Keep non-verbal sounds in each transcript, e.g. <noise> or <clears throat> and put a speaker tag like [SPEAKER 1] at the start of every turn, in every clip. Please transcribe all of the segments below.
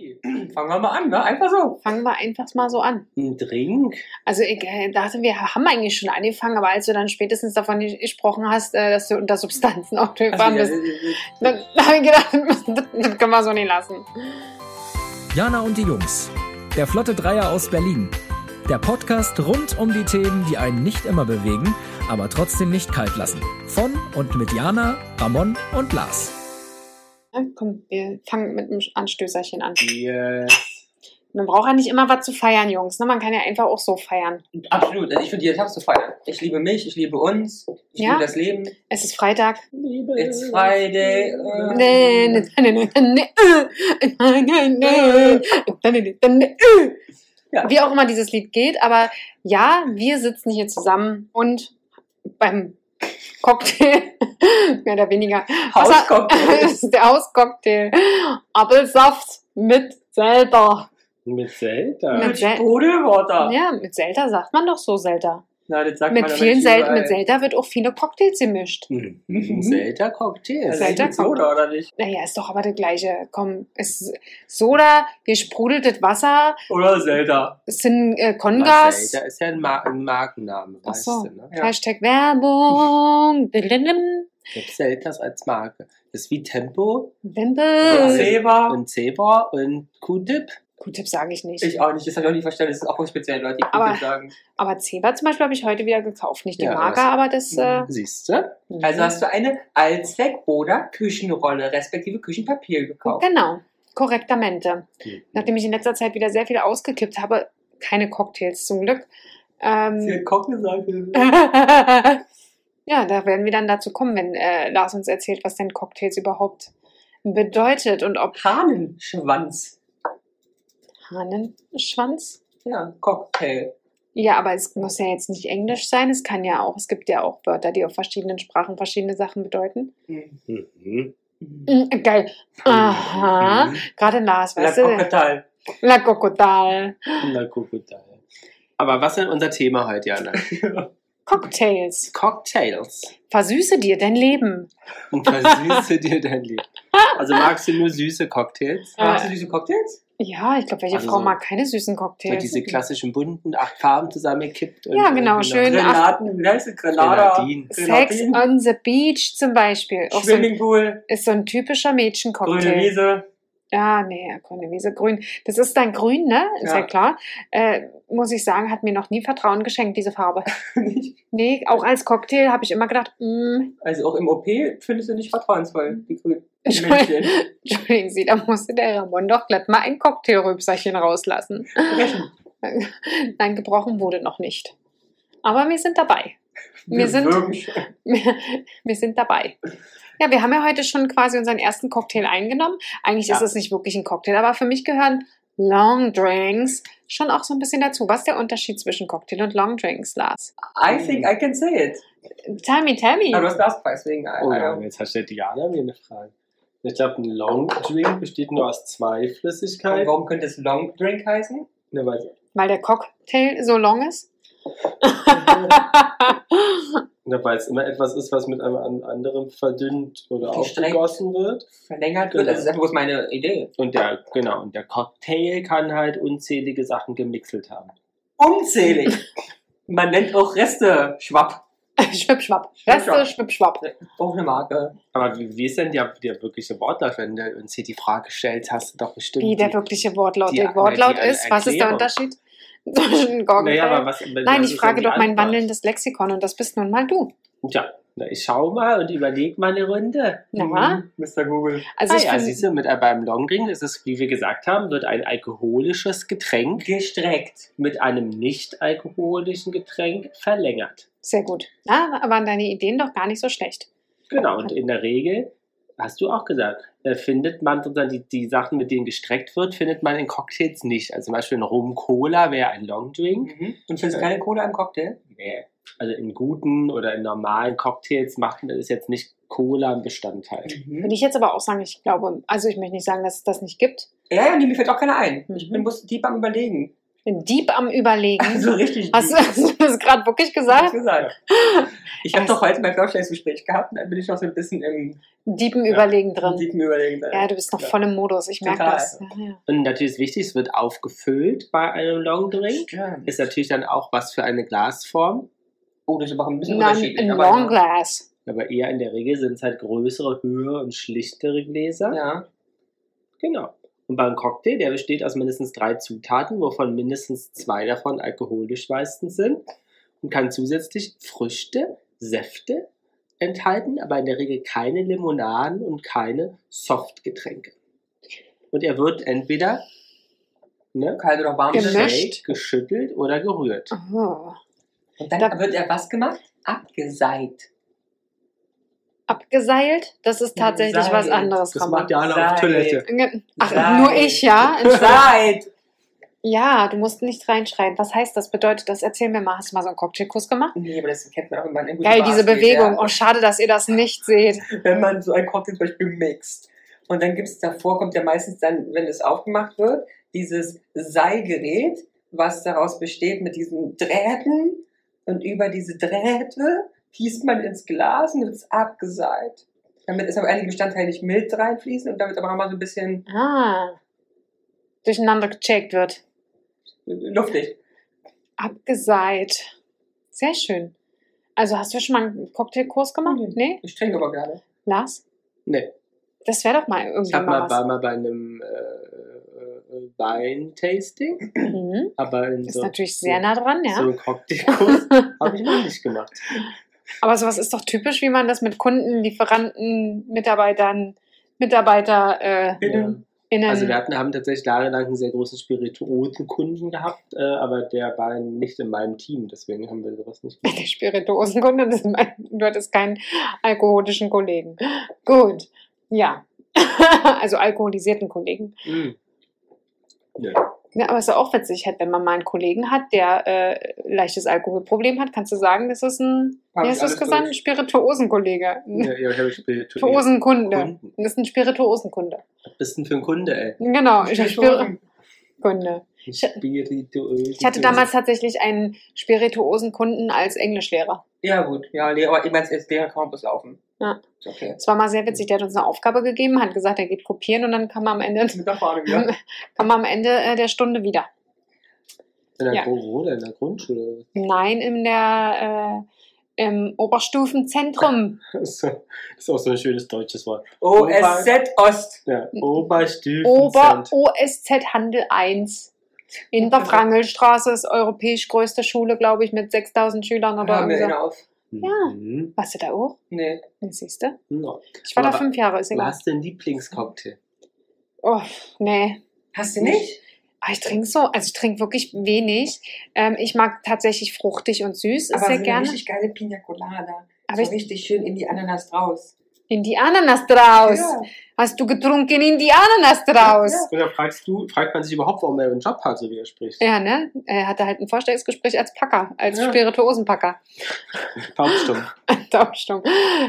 [SPEAKER 1] Hm, fangen wir mal an, ne? Einfach so.
[SPEAKER 2] Fangen wir einfach mal so an.
[SPEAKER 1] Ein Drink.
[SPEAKER 2] Also ich äh, dachte, wir haben eigentlich schon angefangen, aber als du dann spätestens davon ge- gesprochen hast, äh, dass du unter Substanzen auch gefahren
[SPEAKER 1] Also ja,
[SPEAKER 2] bist, dann, dann <laughs> habe ich gedacht, das, das können wir so nicht lassen.
[SPEAKER 3] Jana und die Jungs. Der Flotte Dreier aus Berlin. Der Podcast rund um die Themen, die einen nicht immer bewegen, aber trotzdem nicht kalt lassen. Von und mit Jana, Ramon und Lars.
[SPEAKER 2] Ja, komm, wir fangen mit einem Anstößerchen an.
[SPEAKER 1] yes.
[SPEAKER 2] Man braucht ja nicht immer was zu feiern, Jungs. Ne? Man kann ja einfach auch so feiern.
[SPEAKER 1] Absolut. Also ich würde jeden Tag so feiern. Ich liebe mich, ich liebe uns, ich
[SPEAKER 2] Ja?
[SPEAKER 1] liebe das Leben.
[SPEAKER 2] Es ist Freitag.
[SPEAKER 1] It's Friday. äh.
[SPEAKER 2] Nee, nee, nee, nee, nee, äh, nein, nein, nein, nee, nee, nee, nee, äh.
[SPEAKER 1] Ja.
[SPEAKER 2] Wie auch immer dieses Lied geht, aber ja, wir sitzen hier zusammen und beim Cocktail, <laughs> mehr oder weniger,
[SPEAKER 1] Hauscocktail.
[SPEAKER 2] Das ist <laughs> der Hauscocktail, Apfelsaft mit Selter.
[SPEAKER 4] Mit Zelda?
[SPEAKER 2] Mit-
[SPEAKER 1] Mit
[SPEAKER 2] Sel-
[SPEAKER 1] Sprudelwasser.
[SPEAKER 2] Ja, mit Selter sagt man doch so Selter.
[SPEAKER 1] Na, das sagt
[SPEAKER 2] Mit
[SPEAKER 1] man aber
[SPEAKER 2] vielen
[SPEAKER 1] nicht
[SPEAKER 2] Sel
[SPEAKER 1] überall.
[SPEAKER 2] mit Selter wird auch viele Cocktails gemischt.
[SPEAKER 4] Mhm.
[SPEAKER 1] Mhm.
[SPEAKER 4] Ein Zelda-Cocktail.
[SPEAKER 1] Also nicht
[SPEAKER 2] Selter
[SPEAKER 1] mit Soda, oder nicht?
[SPEAKER 2] Naja, ist doch aber das gleiche. Komm, es ist Soda, gesprudeltes Wasser,
[SPEAKER 1] Oder Zelda.
[SPEAKER 2] es sind äh,
[SPEAKER 4] Aber
[SPEAKER 2] Kongas.
[SPEAKER 4] Zelda ist ja ein, Mar ein Markenname, weißt
[SPEAKER 2] so.
[SPEAKER 4] du, ne?
[SPEAKER 1] Ja.
[SPEAKER 2] Hashtag Werbung. Dilim,
[SPEAKER 4] Gibt Zeldas als Marke. Das ist wie Tempo
[SPEAKER 2] Wimpel.
[SPEAKER 4] Ja.
[SPEAKER 1] Zebra.
[SPEAKER 4] und Zebra und Q-Tip.
[SPEAKER 2] Gut, Tipp sage ich nicht.
[SPEAKER 1] Ich auch nicht, das habe ich auch nicht verstanden. Das ist auch speziell, Leute, die
[SPEAKER 2] Aber-
[SPEAKER 1] Q-Tip sagen.
[SPEAKER 2] aber Zebra zum Beispiel habe ich heute wieder gekauft. Nicht die
[SPEAKER 4] Ja,
[SPEAKER 2] Marke,
[SPEAKER 4] das-
[SPEAKER 2] aber das. Äh,
[SPEAKER 4] Siehst du?
[SPEAKER 1] Also hast du eine Allzweck- oder Küchenrolle, respektive Küchenpapier gekauft.
[SPEAKER 2] Genau, korrektamente.
[SPEAKER 4] Mhm.
[SPEAKER 2] Nachdem ich in letzter Zeit wieder sehr viel ausgekippt habe, keine Cocktails zum Glück. <laughs> Ähm,
[SPEAKER 1] Koch gesagt. äh,
[SPEAKER 2] ja, da werden wir dann dazu kommen, wenn äh, Lars uns erzählt, was denn Cocktails überhaupt bedeutet und ob
[SPEAKER 1] Hahnenschwanz.
[SPEAKER 2] Hahnenschwanz.
[SPEAKER 1] Ja, Cocktail.
[SPEAKER 2] Ja, aber es muss ja jetzt nicht Englisch sein. Es kann ja auch, es gibt ja auch Wörter, die auf verschiedenen Sprachen verschiedene Sachen bedeuten.
[SPEAKER 1] Mhm.
[SPEAKER 4] Mhm.
[SPEAKER 2] Mm, geil. Aha. Gerade Lars,
[SPEAKER 1] La
[SPEAKER 2] weißt du?
[SPEAKER 1] Cocktail.
[SPEAKER 2] La Cocotal.
[SPEAKER 4] Na, Krokodil. Aber was ist denn unser Thema heute, Jana?
[SPEAKER 2] Cocktails.
[SPEAKER 4] Cocktails.
[SPEAKER 2] Versüße dir dein Leben.
[SPEAKER 4] Und versüße dir dein Leben. Also magst du nur süße Cocktails?
[SPEAKER 1] Magst du diese Cocktails?
[SPEAKER 2] Ja, ich glaube, welche
[SPEAKER 4] Also
[SPEAKER 2] Frau
[SPEAKER 4] so-
[SPEAKER 2] mag keine süßen Cocktails?
[SPEAKER 4] So diese klassischen bunten, acht Farben zusammengekippt. und-
[SPEAKER 2] Ja, genau, schön.
[SPEAKER 1] Granaten, wie heißt das? Granada.
[SPEAKER 4] Grenadin.
[SPEAKER 2] Sex on the Beach zum Beispiel. Auch so ein,
[SPEAKER 1] Swimmingpool,
[SPEAKER 2] ist so ein typischer
[SPEAKER 1] grüne
[SPEAKER 2] Mädchencocktail.
[SPEAKER 1] Wiese. <laughs>
[SPEAKER 2] Ja, nee, grüne Wiese, grün. Das ist dann grün, ne? Ist ja,
[SPEAKER 1] Ja.
[SPEAKER 2] klar. Äh, muss ich sagen, hat mir noch nie Vertrauen geschenkt, diese Farbe.
[SPEAKER 1] Nicht?
[SPEAKER 2] Nee, auch als Cocktail habe ich immer gedacht, mm,
[SPEAKER 1] also auch im OP findest du nicht vertrauensvoll, die grünen
[SPEAKER 2] Entschuldigung,
[SPEAKER 1] Männchen.
[SPEAKER 2] Entschuldigen Sie, da musste der Ramon doch glatt mal ein Cocktailrübserchen rauslassen. <laughs>
[SPEAKER 1] Brechen.
[SPEAKER 2] Nein, gebrochen wurde noch nicht. Aber wir sind dabei. <laughs> Wir sind,
[SPEAKER 1] Wirklich.
[SPEAKER 2] wir, sind dabei. Ja, wir haben ja heute schon quasi unseren ersten Cocktail eingenommen. Eigentlich ist
[SPEAKER 1] Ja.
[SPEAKER 2] es nicht wirklich ein Cocktail, aber für mich gehören Long Drinks schon auch so ein bisschen dazu. Was ist der Unterschied zwischen Cocktail und Long Drinks, Lars?
[SPEAKER 1] I think I can say it.
[SPEAKER 2] Tell me, tell me.
[SPEAKER 1] Aber du hast Lastpreis wegen
[SPEAKER 4] Oh
[SPEAKER 1] einer.
[SPEAKER 4] ja, jetzt hast du Diana mir eine Frage. Ich glaube, ein Long Drink besteht nur aus zwei Flüssigkeiten.
[SPEAKER 1] Warum könnte es Long Drink heißen?
[SPEAKER 4] Ne, weil,
[SPEAKER 2] Weil der Cocktail so long ist? <laughs>
[SPEAKER 4] ne, weil es immer etwas ist, was mit einem an anderem verdünnt oder
[SPEAKER 1] Gestreckt.
[SPEAKER 4] aufgegossen wird.
[SPEAKER 1] verlängert wird.
[SPEAKER 4] Genau.
[SPEAKER 1] Also das ist bloß meine Idee.
[SPEAKER 4] Und der, genau, und der Cocktail kann halt unzählige Sachen gemixelt haben.
[SPEAKER 2] <laughs>
[SPEAKER 1] Unzählig. Man nennt auch Reste Schwapp.
[SPEAKER 2] Schwippschwapp.
[SPEAKER 1] Schwippschwapp.
[SPEAKER 2] Reste Schwippschwapp.
[SPEAKER 1] Auch eine Marke.
[SPEAKER 4] Aber wie, wie ist denn der, der wirkliche Wortlaut, wenn du uns hier die Frage stellst, hast du doch bestimmt.
[SPEAKER 2] Wie der
[SPEAKER 4] die-
[SPEAKER 2] wirkliche Wortlaut.
[SPEAKER 4] die-
[SPEAKER 2] der Wortlaut
[SPEAKER 4] die
[SPEAKER 2] ist, was ist der
[SPEAKER 4] Erklärung.
[SPEAKER 2] Unterschied zwischen Gorgonfell?
[SPEAKER 4] Naja, aber was, wenn-
[SPEAKER 2] Nein,
[SPEAKER 4] was
[SPEAKER 2] ich
[SPEAKER 4] ist
[SPEAKER 2] frage
[SPEAKER 4] denn die
[SPEAKER 2] doch mein
[SPEAKER 4] Antwort?
[SPEAKER 2] wandelndes Lexikon und das bist nun mal du.
[SPEAKER 4] Ja, na, ich schau mal und überleg mal eine Runde.
[SPEAKER 2] Na?
[SPEAKER 1] Mhm, Mr. Google.
[SPEAKER 2] Also
[SPEAKER 4] ah,
[SPEAKER 2] ich
[SPEAKER 4] ja,
[SPEAKER 2] bin-
[SPEAKER 4] siehst du, mit beim Longdrink ist es, wie wir gesagt haben, wird ein alkoholisches Getränk
[SPEAKER 1] Gestreckt.
[SPEAKER 4] mit einem nicht alkoholischen Getränk verlängert.
[SPEAKER 2] sehr gut. Na, waren deine Ideen doch gar nicht so schlecht.
[SPEAKER 4] Genau, und in der Regel, hast du auch gesagt, äh, findet man sozusagen die, die Sachen, mit denen gestreckt wird, findet man in Cocktails nicht. Also zum Beispiel ein Rum-Cola wäre ein Longdrink.
[SPEAKER 1] Mhm. Und findest du keine Cola im Cocktail?
[SPEAKER 4] Nee. Also in guten oder in normalen Cocktails macht ist jetzt nicht Cola ein Bestandteil.
[SPEAKER 2] Will ich jetzt aber auch sagen, ich glaube, also ich möchte nicht sagen, dass es das nicht gibt.
[SPEAKER 1] Ja, ja, nee, mir fällt auch keiner ein.
[SPEAKER 2] Mhm.
[SPEAKER 1] Ich bin, muss deep am überlegen.
[SPEAKER 2] Dieb am Überlegen.
[SPEAKER 1] Also
[SPEAKER 2] <laughs>
[SPEAKER 1] richtig.
[SPEAKER 2] Hast du hast du das gerade wirklich
[SPEAKER 1] Hab ich
[SPEAKER 2] gesagt?
[SPEAKER 1] gesagt. Ich habe
[SPEAKER 2] Also-
[SPEAKER 1] doch heute mein Vorstellungsgespräch gehabt und dann bin ich noch so ein bisschen im
[SPEAKER 2] Diepen Überlegen drin.
[SPEAKER 1] tiefen Überlegen.
[SPEAKER 2] Ja, du bist noch
[SPEAKER 1] Ja.
[SPEAKER 2] voll im Modus. Ich merke
[SPEAKER 1] Total.
[SPEAKER 2] das. Ja, ja.
[SPEAKER 4] Und natürlich ist wichtig, es wird aufgefüllt bei einem Longdrink.
[SPEAKER 1] Stimmt.
[SPEAKER 4] Ist natürlich dann auch was für eine Glasform.
[SPEAKER 1] Oh, das ist aber ein bisschen
[SPEAKER 2] Nein,
[SPEAKER 1] unterschiedlich.
[SPEAKER 2] ein
[SPEAKER 1] aber
[SPEAKER 2] Long Glass.
[SPEAKER 4] Aber eher in der Regel sind es halt größere, höher und schlichtere Gläser.
[SPEAKER 1] Ja.
[SPEAKER 4] Genau. Und beim Cocktail, der besteht aus mindestens drei Zutaten, wovon mindestens zwei davon alkoholisch meistens sind und kann zusätzlich Früchte, Säfte enthalten, aber in der Regel keine Limonaden und keine Softgetränke. Und er wird entweder ne,
[SPEAKER 1] Kalt oder warm.
[SPEAKER 2] Gemischt.
[SPEAKER 4] shake, geschüttelt oder gerührt.
[SPEAKER 2] Oh.
[SPEAKER 1] Und dann
[SPEAKER 2] Da-
[SPEAKER 1] wird er was gemacht? Abgeseit.
[SPEAKER 2] Abgeseilt, das ist tatsächlich
[SPEAKER 1] Seilt.
[SPEAKER 2] was anderes.
[SPEAKER 4] Das
[SPEAKER 2] Ramon.
[SPEAKER 4] macht ja alle auf
[SPEAKER 1] Seilt.
[SPEAKER 4] Toilette.
[SPEAKER 2] Ach,
[SPEAKER 1] Seilt.
[SPEAKER 2] nur ich, ja?
[SPEAKER 1] Seit.
[SPEAKER 2] Ja, du musst nicht reinschreien. Was heißt das? Bedeutet das? Erzähl mir mal, hast du mal so einen Cocktailkurs gemacht?
[SPEAKER 1] Nee, aber das kennt man auch, wenn man in gute
[SPEAKER 2] Geil,
[SPEAKER 1] Bars
[SPEAKER 2] diese
[SPEAKER 1] geht,
[SPEAKER 2] Bewegung.
[SPEAKER 1] ja.
[SPEAKER 2] Oh, schade, dass ihr das nicht seht.
[SPEAKER 1] wenn man so ein Cocktail zum Beispiel mixt. Und dann gibt es davor, kommt ja meistens dann, wenn es aufgemacht wird, dieses Seilgerät, was daraus besteht mit diesen Drähten. Und über diese Drähte gießt man ins Glas und wird es abgeseilt. Damit ist aber einige Bestandteile nicht mild reinfließen und damit aber nochmal so ein bisschen
[SPEAKER 2] Ah. Durcheinander gecheckt wird.
[SPEAKER 1] luftig.
[SPEAKER 2] Abgeseit. Sehr schön. Also hast du schon mal einen Cocktailkurs gemacht?
[SPEAKER 1] Mhm.
[SPEAKER 2] Nee?
[SPEAKER 1] Ich trinke aber gerade.
[SPEAKER 2] Lars?
[SPEAKER 4] Nee.
[SPEAKER 2] Das wäre doch mal
[SPEAKER 4] Ich
[SPEAKER 2] irgendwie
[SPEAKER 4] hab
[SPEAKER 2] mal
[SPEAKER 4] mal, war
[SPEAKER 2] was.
[SPEAKER 4] mal bei einem äh, äh, Wein-Tasting,
[SPEAKER 2] Mhm.
[SPEAKER 4] aber in
[SPEAKER 2] Ist
[SPEAKER 4] so,
[SPEAKER 2] natürlich sehr nah dran, ja.
[SPEAKER 4] so
[SPEAKER 2] <laughs>
[SPEAKER 4] einem Cocktailkurs habe ich noch nicht gemacht.
[SPEAKER 2] Aber sowas ist doch typisch, wie man das mit Kunden, Lieferanten, Mitarbeitern, Mitarbeiter, äh,
[SPEAKER 1] Innen.
[SPEAKER 2] innen.
[SPEAKER 4] Also wir hatten, haben tatsächlich jahrelang einen sehr großen Spirituosenkunden gehabt, äh, aber der war nicht in meinem Team, deswegen haben wir
[SPEAKER 2] <laughs>
[SPEAKER 4] sowas nicht gemacht.
[SPEAKER 2] der Spirituosenkunde, das ist mein- du hattest keinen alkoholischen Kollegen. Gut, ja. <laughs> Also alkoholisierten Kollegen.
[SPEAKER 4] Mm.
[SPEAKER 2] Ja, aber es ist auch witzig, halt, wenn man mal einen Kollegen hat, der äh, leichtes Alkoholproblem hat, kannst du sagen, das ist ein,
[SPEAKER 1] Hab
[SPEAKER 2] wie
[SPEAKER 1] ich
[SPEAKER 2] hast du es
[SPEAKER 1] alles
[SPEAKER 2] gesagt, ein
[SPEAKER 1] durch.
[SPEAKER 2] Spirituosenkollege. Ein
[SPEAKER 4] Ja, ja, ich habe Spirituosen.
[SPEAKER 2] Spirituosenkunde.
[SPEAKER 4] Kunden.
[SPEAKER 2] Das ist ein Spirituosenkunde.
[SPEAKER 4] Was bist denn für ein Kunde, ey?
[SPEAKER 2] Genau, ich
[SPEAKER 1] Ich
[SPEAKER 2] Spirituosenkunde.
[SPEAKER 1] schon.
[SPEAKER 4] Spirituosen.
[SPEAKER 2] Ich hatte damals tatsächlich einen Spirituosenkunden als Englischlehrer.
[SPEAKER 1] Ja gut, ja, nee, aber ich meine, als Lehrer kann man bloß laufen.
[SPEAKER 2] Ja.
[SPEAKER 1] Ist okay.
[SPEAKER 2] Es war mal sehr witzig, der hat uns eine Aufgabe gegeben, hat gesagt, er geht kopieren und dann kam er am Ende,
[SPEAKER 1] Mit nach vorne
[SPEAKER 2] <laughs>
[SPEAKER 1] wieder.
[SPEAKER 2] kam er am Ende äh, der Stunde wieder.
[SPEAKER 4] In der,
[SPEAKER 2] ja.
[SPEAKER 4] Gru- wo denn? in der Grundschule.
[SPEAKER 2] Nein, in der äh, im Oberstufenzentrum.
[SPEAKER 4] <laughs> Das ist so- das ist auch so ein schönes deutsches Wort.
[SPEAKER 1] OSZ Ost.
[SPEAKER 4] Ja, Oberstüfen.
[SPEAKER 2] Ober OSZ Handel 1. In der Frangelstraße ist europäisch größte Schule, glaube ich, mit 6000 Schülern oder
[SPEAKER 1] Haben wir ihn
[SPEAKER 2] irgendwie so.
[SPEAKER 1] auf.
[SPEAKER 4] Mhm.
[SPEAKER 2] Ja. Warst du da auch?
[SPEAKER 1] Nee.
[SPEAKER 2] Nee, siehst du?
[SPEAKER 4] No.
[SPEAKER 2] Ich war
[SPEAKER 4] Aber
[SPEAKER 2] da
[SPEAKER 4] wa-
[SPEAKER 2] fünf Jahre, ist
[SPEAKER 4] Du
[SPEAKER 2] egal.
[SPEAKER 4] hast denn Lieblingscocktail?
[SPEAKER 2] Oh, nee.
[SPEAKER 1] Hast du nicht?
[SPEAKER 2] Aber ich trinke so, also ich trinke wirklich wenig. Ähm, ich mag tatsächlich fruchtig und süß,
[SPEAKER 1] Aber
[SPEAKER 2] sehr
[SPEAKER 1] so
[SPEAKER 2] gerne.
[SPEAKER 1] eine richtig geile Pina Colada.
[SPEAKER 2] Aber
[SPEAKER 1] so
[SPEAKER 2] ich
[SPEAKER 1] richtig schön in die Ananas draus.
[SPEAKER 2] in die Ananas draus.
[SPEAKER 1] Ja.
[SPEAKER 2] Hast du getrunken in die Ananas draus?
[SPEAKER 1] Ja.
[SPEAKER 4] Oder fragst du, fragt man sich überhaupt, warum er über den Job hat, so wie er spricht?
[SPEAKER 2] Ja, ne? Er hatte halt ein Vorstellungsgespräch als Packer, als
[SPEAKER 1] Ja.
[SPEAKER 2] Spirituosenpacker. <laughs>
[SPEAKER 4] Taubstumm.
[SPEAKER 2] Taubstumm.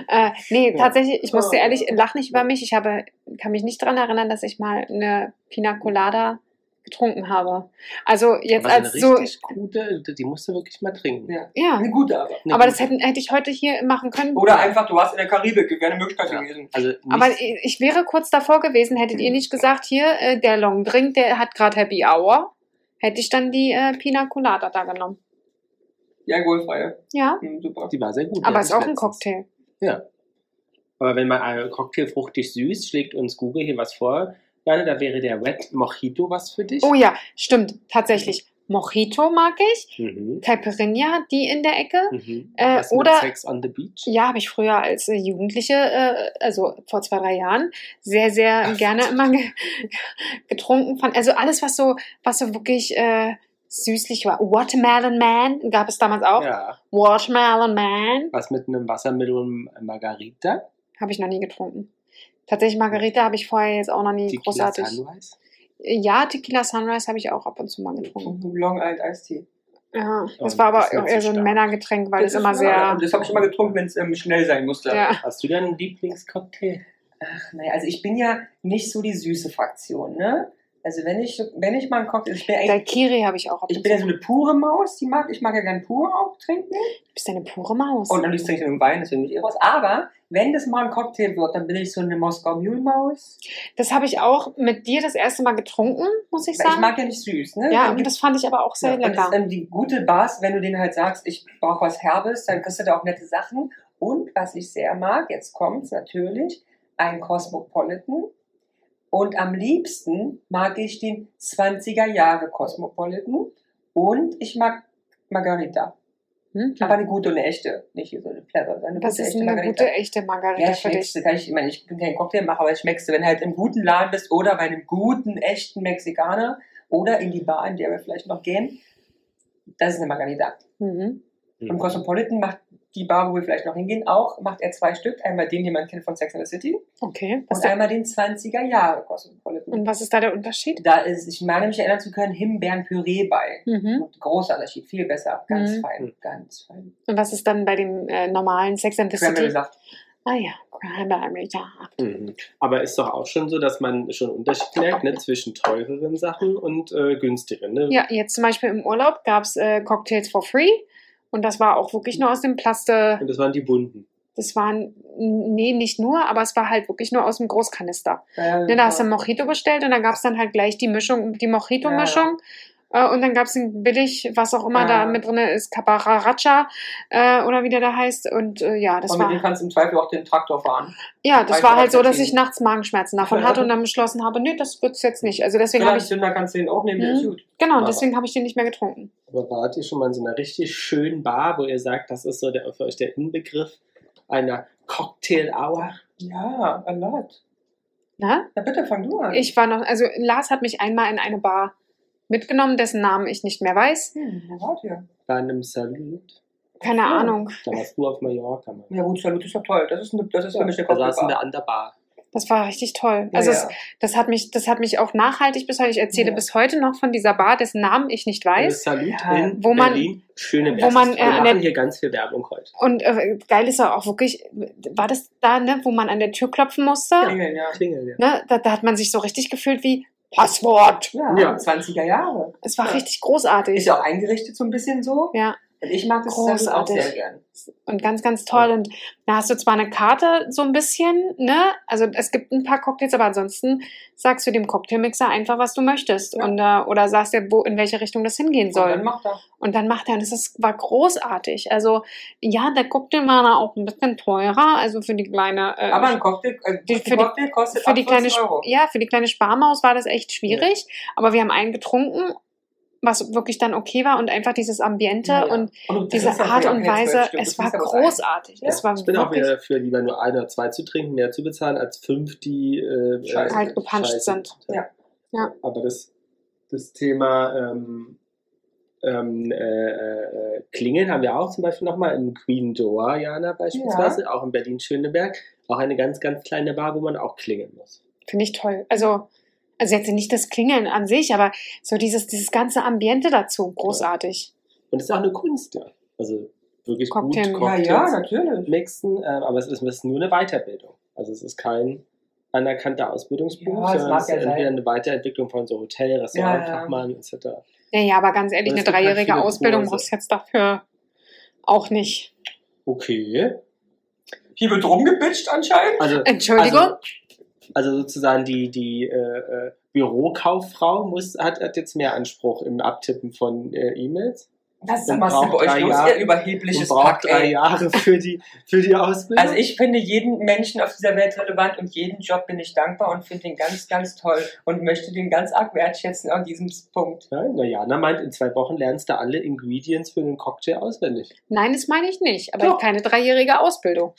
[SPEAKER 2] Äh, nee,
[SPEAKER 4] Ja.
[SPEAKER 2] tatsächlich, ich muss dir
[SPEAKER 1] Ja.
[SPEAKER 2] ehrlich, lach nicht über mich. Ich habe, kann mich nicht dran erinnern, dass ich mal eine Pina Colada getrunken habe. Also jetzt
[SPEAKER 4] Aber
[SPEAKER 2] als
[SPEAKER 4] so
[SPEAKER 2] so.
[SPEAKER 4] eine richtig gute, die musst du wirklich mal trinken.
[SPEAKER 1] Ja.
[SPEAKER 2] Ja.
[SPEAKER 1] Eine gute aber.
[SPEAKER 4] Eine
[SPEAKER 2] Aber
[SPEAKER 4] gute.
[SPEAKER 2] das hätten, hätte ich heute hier machen können.
[SPEAKER 1] Oder einfach, du warst in der Karibik, wäre eine Möglichkeit
[SPEAKER 4] Ja.
[SPEAKER 1] gewesen.
[SPEAKER 4] Also nicht,
[SPEAKER 2] Aber ich ich wäre kurz davor gewesen, hättet ihr nicht gesagt, hier, äh, der Longdrink, der hat gerade Happy Hour, hätte ich dann die äh, Pina Colada da genommen.
[SPEAKER 1] Die alkoholfreie.
[SPEAKER 2] Ja,
[SPEAKER 1] Hm, super.
[SPEAKER 4] die war sehr gut.
[SPEAKER 2] aber
[SPEAKER 4] ja,
[SPEAKER 2] ist auch ein
[SPEAKER 4] letztens.
[SPEAKER 2] Cocktail.
[SPEAKER 4] Aber wenn man einen Cocktail fruchtig süß, schlägt uns Google hier was vor. Jana, da wäre der Wet Mojito was für dich.
[SPEAKER 2] Oh ja, stimmt, tatsächlich. Mojito mag ich.
[SPEAKER 4] Mhm.
[SPEAKER 2] Caipirinha, die in der Ecke.
[SPEAKER 4] Mhm.
[SPEAKER 2] Äh,
[SPEAKER 4] was mit
[SPEAKER 2] oder-
[SPEAKER 4] Sex on the Beach.
[SPEAKER 2] Ja, habe ich früher als äh, Jugendliche, äh, also vor zwei, drei Jahren, sehr, sehr gerne immer ge getrunken fand. Also alles, was so, was so wirklich äh, süßlich war. Watermelon Man gab es damals auch.
[SPEAKER 4] Ja.
[SPEAKER 2] Watermelon Man
[SPEAKER 4] Was mit einem Wassermelon Margarita.
[SPEAKER 2] habe ich noch nie getrunken. Tatsächlich, Margarita habe ich vorher jetzt auch noch nie
[SPEAKER 4] Tequila
[SPEAKER 2] großartig.
[SPEAKER 4] Sunrise.
[SPEAKER 2] Ja, Tequila Sunrise habe ich auch ab und zu mal getrunken.
[SPEAKER 1] Und Long Island Iced Tea.
[SPEAKER 2] Ja, das
[SPEAKER 4] Oh,
[SPEAKER 2] war aber
[SPEAKER 4] das ist
[SPEAKER 2] auch eher so ein
[SPEAKER 4] stark.
[SPEAKER 2] Männergetränk, weil es immer
[SPEAKER 1] ist-
[SPEAKER 2] sehr.
[SPEAKER 1] Das habe ich immer getrunken, wenn es ähm, schnell sein musste.
[SPEAKER 2] Ja.
[SPEAKER 4] Hast du denn einen Lieblingscocktail?
[SPEAKER 1] Naja, also ich bin ja nicht so die süße Fraktion, ne? Also wenn ich, so- wenn ich mal einen Cocktail, ich bin, ja echt,
[SPEAKER 2] Daiquiri habe ich auch. ab
[SPEAKER 1] ich
[SPEAKER 2] und
[SPEAKER 1] bin ja so
[SPEAKER 2] zu.
[SPEAKER 1] eine pure Maus, die mag, ich mag ja gern pur auch trinken.
[SPEAKER 2] Du bist eine pure Maus.
[SPEAKER 1] Und am liebsten trinke ich einen Wein, deswegen bin ich eh raus. Aber wenn das mal ein Cocktail wird, dann bin ich so eine Moskau Mule Maus.
[SPEAKER 2] das habe ich auch mit dir das erste Mal getrunken, muss ich
[SPEAKER 1] Weil ich
[SPEAKER 2] sagen.
[SPEAKER 1] mag ja nicht süß, ne?
[SPEAKER 2] ja,
[SPEAKER 1] Dann
[SPEAKER 2] und
[SPEAKER 1] gibt's-
[SPEAKER 2] das fand ich aber auch
[SPEAKER 1] ja,
[SPEAKER 2] sehr
[SPEAKER 1] und das
[SPEAKER 2] lecker.
[SPEAKER 1] ist dann die gute Bars, wenn du denen halt sagst, ich brauche was Herbes, dann kriegst du da auch nette Sachen. Und was ich sehr mag, jetzt kommt's natürlich, ein Cosmopolitan. Und am liebsten mag ich den 20er Jahre Cosmopolitan. Und ich mag Margarita.
[SPEAKER 2] Hm?
[SPEAKER 1] Aber eine gute und eine echte. Nicht hier so eine Plärre, sondern eine
[SPEAKER 2] das
[SPEAKER 1] gute,
[SPEAKER 2] ist
[SPEAKER 1] echte
[SPEAKER 2] eine
[SPEAKER 1] Margarita.
[SPEAKER 2] gute, echte Margarita
[SPEAKER 1] Ja,
[SPEAKER 2] für dich.
[SPEAKER 1] schmeckst du. Kann ich, ich meine, ich bin kein Cocktailmacher, aber schmeckst du, wenn du halt im guten Laden bist oder bei einem guten, echten Mexikaner oder in die Bar, in der wir vielleicht noch gehen, das ist eine Margarita.
[SPEAKER 2] Mhm.
[SPEAKER 1] Im
[SPEAKER 4] Mhm.
[SPEAKER 1] Cosmopolitan macht die Bar, wo wir vielleicht noch hingehen, auch, macht er zwei Stück. Einmal den, den man kennt von Sex and the City
[SPEAKER 2] Okay. Was
[SPEAKER 1] und
[SPEAKER 2] da,
[SPEAKER 1] einmal den 20er Jahre Cosmopolitan.
[SPEAKER 2] und was ist da der Unterschied?
[SPEAKER 1] Da ist, ich meine mich erinnern zu können, Himbeeren-Püree bei.
[SPEAKER 2] Mhm.
[SPEAKER 1] Und großer Unterschied, viel besser, ganz
[SPEAKER 2] Mhm.
[SPEAKER 1] fein, ganz fein.
[SPEAKER 2] Und was ist dann bei dem äh, normalen Sex and the City?
[SPEAKER 1] Cranberry-Saft.
[SPEAKER 2] Ah ja, Cranberry Saft.
[SPEAKER 4] Mhm. Aber ist doch auch schon so, dass man schon einen Unterschied merkt ne, zwischen teureren Sachen und äh, günstigeren. Ne?
[SPEAKER 2] Ja, jetzt zum Beispiel im Urlaub gab es äh, Cocktails for free. Und das war auch wirklich nur aus dem Plaste.
[SPEAKER 4] Und das waren die bunten.
[SPEAKER 2] Das waren, nee, nicht nur, aber es war halt wirklich nur aus dem Großkanister.
[SPEAKER 1] Ja,
[SPEAKER 2] Ne, da hast du
[SPEAKER 1] ja.
[SPEAKER 2] ein Mojito bestellt und dann gab es dann halt gleich die Mischung, die Mojito-Mischung. Äh, Und dann gab es ein billig, was auch immer da
[SPEAKER 1] Ja.
[SPEAKER 2] mit drin ist, Cabararacha äh, oder wie der da heißt. Und äh, ja, das
[SPEAKER 1] Und mit dem
[SPEAKER 2] war,
[SPEAKER 1] kannst du im Zweifel auch den Traktor fahren.
[SPEAKER 2] ja, das
[SPEAKER 1] Weiß
[SPEAKER 2] war
[SPEAKER 1] man
[SPEAKER 2] halt so, dass
[SPEAKER 1] natürlich.
[SPEAKER 2] ich nachts Magenschmerzen davon hatte und dann beschlossen habe, nee, das wird's jetzt nicht. Also deswegen habe ich,
[SPEAKER 1] Zünder kannst du den auch nehmen, der
[SPEAKER 2] Mhm.
[SPEAKER 1] ist gut.
[SPEAKER 2] genau,
[SPEAKER 4] Aber-
[SPEAKER 2] deswegen habe ich den nicht mehr getrunken.
[SPEAKER 4] Aber wart ihr schon mal in so einer richtig schönen Bar, wo ihr sagt, das ist so der, für euch der Inbegriff einer Cocktail-Hour?
[SPEAKER 1] Ja, a lot.
[SPEAKER 2] Na?
[SPEAKER 1] Na bitte, fang du an.
[SPEAKER 2] ne? Ich war noch, also Lars hat mich einmal in eine Bar mitgenommen, dessen Namen ich nicht mehr weiß.
[SPEAKER 1] Hm, na warte ja.
[SPEAKER 4] Bei einem Salut.
[SPEAKER 2] Keine
[SPEAKER 1] Ja.
[SPEAKER 2] Ahnung.
[SPEAKER 4] Da warst du auf Mallorca, Mann.
[SPEAKER 1] Ja gut, Salut ist doch toll. Das ist, eine, das ist für mich eine
[SPEAKER 4] Da saßen wir
[SPEAKER 1] Kopfbar.
[SPEAKER 4] an der Bar.
[SPEAKER 2] Das war richtig toll. Also
[SPEAKER 1] ja,
[SPEAKER 2] Es, das hat mich, das hat mich auch nachhaltig bis heute. Ich erzähle
[SPEAKER 1] Ja.
[SPEAKER 2] bis heute noch von dieser Bar, dessen Namen ich nicht weiß.
[SPEAKER 4] Salut
[SPEAKER 1] Ja.
[SPEAKER 4] in
[SPEAKER 2] Wo man-
[SPEAKER 4] Berlin. Schöne
[SPEAKER 2] wo man,
[SPEAKER 4] Werbung.
[SPEAKER 2] äh,
[SPEAKER 4] Wir
[SPEAKER 2] an der-
[SPEAKER 4] machen hier ganz viel Werbung heute.
[SPEAKER 2] Und äh, geil ist ja auch wirklich, war das da, ne, wo man an der Tür klopfen musste?
[SPEAKER 1] ja. Klingeln, ja.
[SPEAKER 4] Klingeln, ja.
[SPEAKER 2] Ne, da, da hat man sich so richtig gefühlt wie Passwort.
[SPEAKER 1] Ja,
[SPEAKER 4] Ja.
[SPEAKER 1] 20er Jahre.
[SPEAKER 2] Es war
[SPEAKER 1] Ja.
[SPEAKER 2] richtig großartig.
[SPEAKER 1] Ist ja auch eingerichtet so ein bisschen so.
[SPEAKER 2] Ja.
[SPEAKER 1] Und ich mag das Salut auch
[SPEAKER 2] Großartig.
[SPEAKER 1] sehr gern.
[SPEAKER 2] und ganz, ganz toll. Und da hast du zwar eine Karte so ein bisschen, ne? Also es gibt ein paar Cocktails, aber ansonsten sagst du dem Cocktailmixer einfach, was du möchtest.
[SPEAKER 1] Ja.
[SPEAKER 2] Und, äh, oder sagst dir, wo, in welche Richtung das hingehen soll.
[SPEAKER 1] Und dann macht er.
[SPEAKER 2] Und dann macht er, und das ist, war großartig. Also, ja, der Cocktail war da auch ein bisschen teurer, also für die kleine. Äh,
[SPEAKER 1] Aber ein Cocktail, äh,
[SPEAKER 2] Die-
[SPEAKER 1] ein
[SPEAKER 2] für die-
[SPEAKER 1] Cocktail kostet
[SPEAKER 2] für die kleine,
[SPEAKER 1] 48 Euro.
[SPEAKER 2] Sp- ja, für die kleine Sparmaus war das echt schwierig. Aber wir haben einen getrunken, was wirklich dann okay war und einfach dieses Ambiente
[SPEAKER 1] Ja.
[SPEAKER 2] und
[SPEAKER 1] Und du
[SPEAKER 2] diese
[SPEAKER 1] trinkst auch
[SPEAKER 2] Art
[SPEAKER 1] wieder
[SPEAKER 2] und
[SPEAKER 1] keine zwölf
[SPEAKER 2] Weise,
[SPEAKER 1] Stück. Du
[SPEAKER 2] es war
[SPEAKER 1] trinkst aber was ein.
[SPEAKER 2] großartig.
[SPEAKER 1] Ja.
[SPEAKER 2] Es war
[SPEAKER 4] Ich bin auch
[SPEAKER 2] wirklich
[SPEAKER 4] wieder dafür, lieber nur ein oder zwei zu trinken, mehr zu bezahlen, als fünf, die äh,
[SPEAKER 1] Scheiße.
[SPEAKER 4] äh,
[SPEAKER 2] halt gepanscht
[SPEAKER 4] scheiße.
[SPEAKER 2] sind.
[SPEAKER 1] Ja.
[SPEAKER 2] Ja.
[SPEAKER 4] Aber das, das Thema ähm, ähm, äh, äh, Klingeln haben wir auch zum Beispiel nochmal im Queen Door, Jana beispielsweise, auch in Berlin-Schöneberg. Auch eine ganz, ganz kleine Bar, wo man auch klingeln muss.
[SPEAKER 2] Finde ich toll. Also, also jetzt nicht das Klingeln an sich, aber so dieses, dieses ganze Ambiente dazu, großartig.
[SPEAKER 4] Und das ist auch eine Kunst, ja. Also wirklich
[SPEAKER 2] Cocktail-
[SPEAKER 4] gut
[SPEAKER 1] Ja,
[SPEAKER 4] Cocktails
[SPEAKER 1] ja, natürlich.
[SPEAKER 4] mixen, äh, aber es ist, es ist nur eine Weiterbildung. Also es ist kein anerkannter
[SPEAKER 1] Ja,
[SPEAKER 4] Ausbildungsberuf,
[SPEAKER 1] das
[SPEAKER 4] sondern
[SPEAKER 1] mag
[SPEAKER 4] es ist
[SPEAKER 1] ja
[SPEAKER 4] entweder
[SPEAKER 1] sein.
[SPEAKER 4] eine Weiterentwicklung von so Hotel,
[SPEAKER 1] Ja,
[SPEAKER 4] Restaurant,
[SPEAKER 1] ja.
[SPEAKER 4] Fachmann etc.
[SPEAKER 2] Naja, aber ganz ehrlich,
[SPEAKER 4] Und
[SPEAKER 2] eine
[SPEAKER 4] es gibt halt
[SPEAKER 2] dreijährige
[SPEAKER 4] viele
[SPEAKER 2] Ausbildung
[SPEAKER 4] Kurse.
[SPEAKER 2] brauchst du jetzt dafür auch nicht.
[SPEAKER 4] Okay.
[SPEAKER 1] Hier wird rumgebitscht anscheinend.
[SPEAKER 4] Also,
[SPEAKER 2] Entschuldigung?
[SPEAKER 4] Also, also sozusagen die, die äh, äh, Bürokauffrau muss, hat, hat jetzt mehr Anspruch im Abtippen von äh, E-Mails
[SPEAKER 1] Das ist
[SPEAKER 4] Und
[SPEAKER 1] aber was ist denn bei
[SPEAKER 4] braucht drei
[SPEAKER 1] euch los,
[SPEAKER 4] Jahre-
[SPEAKER 1] ihr
[SPEAKER 4] und
[SPEAKER 1] überhebliches
[SPEAKER 4] braucht
[SPEAKER 1] Pack,
[SPEAKER 4] drei
[SPEAKER 1] ey.
[SPEAKER 4] Jahre für die, für die Ausbildung.
[SPEAKER 1] Also ich finde jeden Menschen auf dieser Welt relevant und jeden Job bin ich dankbar und finde den ganz, ganz toll und möchte den ganz arg wertschätzen an diesem Punkt.
[SPEAKER 4] ja, na Jana meint, in zwei Wochen lernst du alle Ingredients für einen Cocktail auswendig.
[SPEAKER 2] Nein, das meine ich nicht. Aber
[SPEAKER 1] Doch.
[SPEAKER 2] keine dreijährige Ausbildung.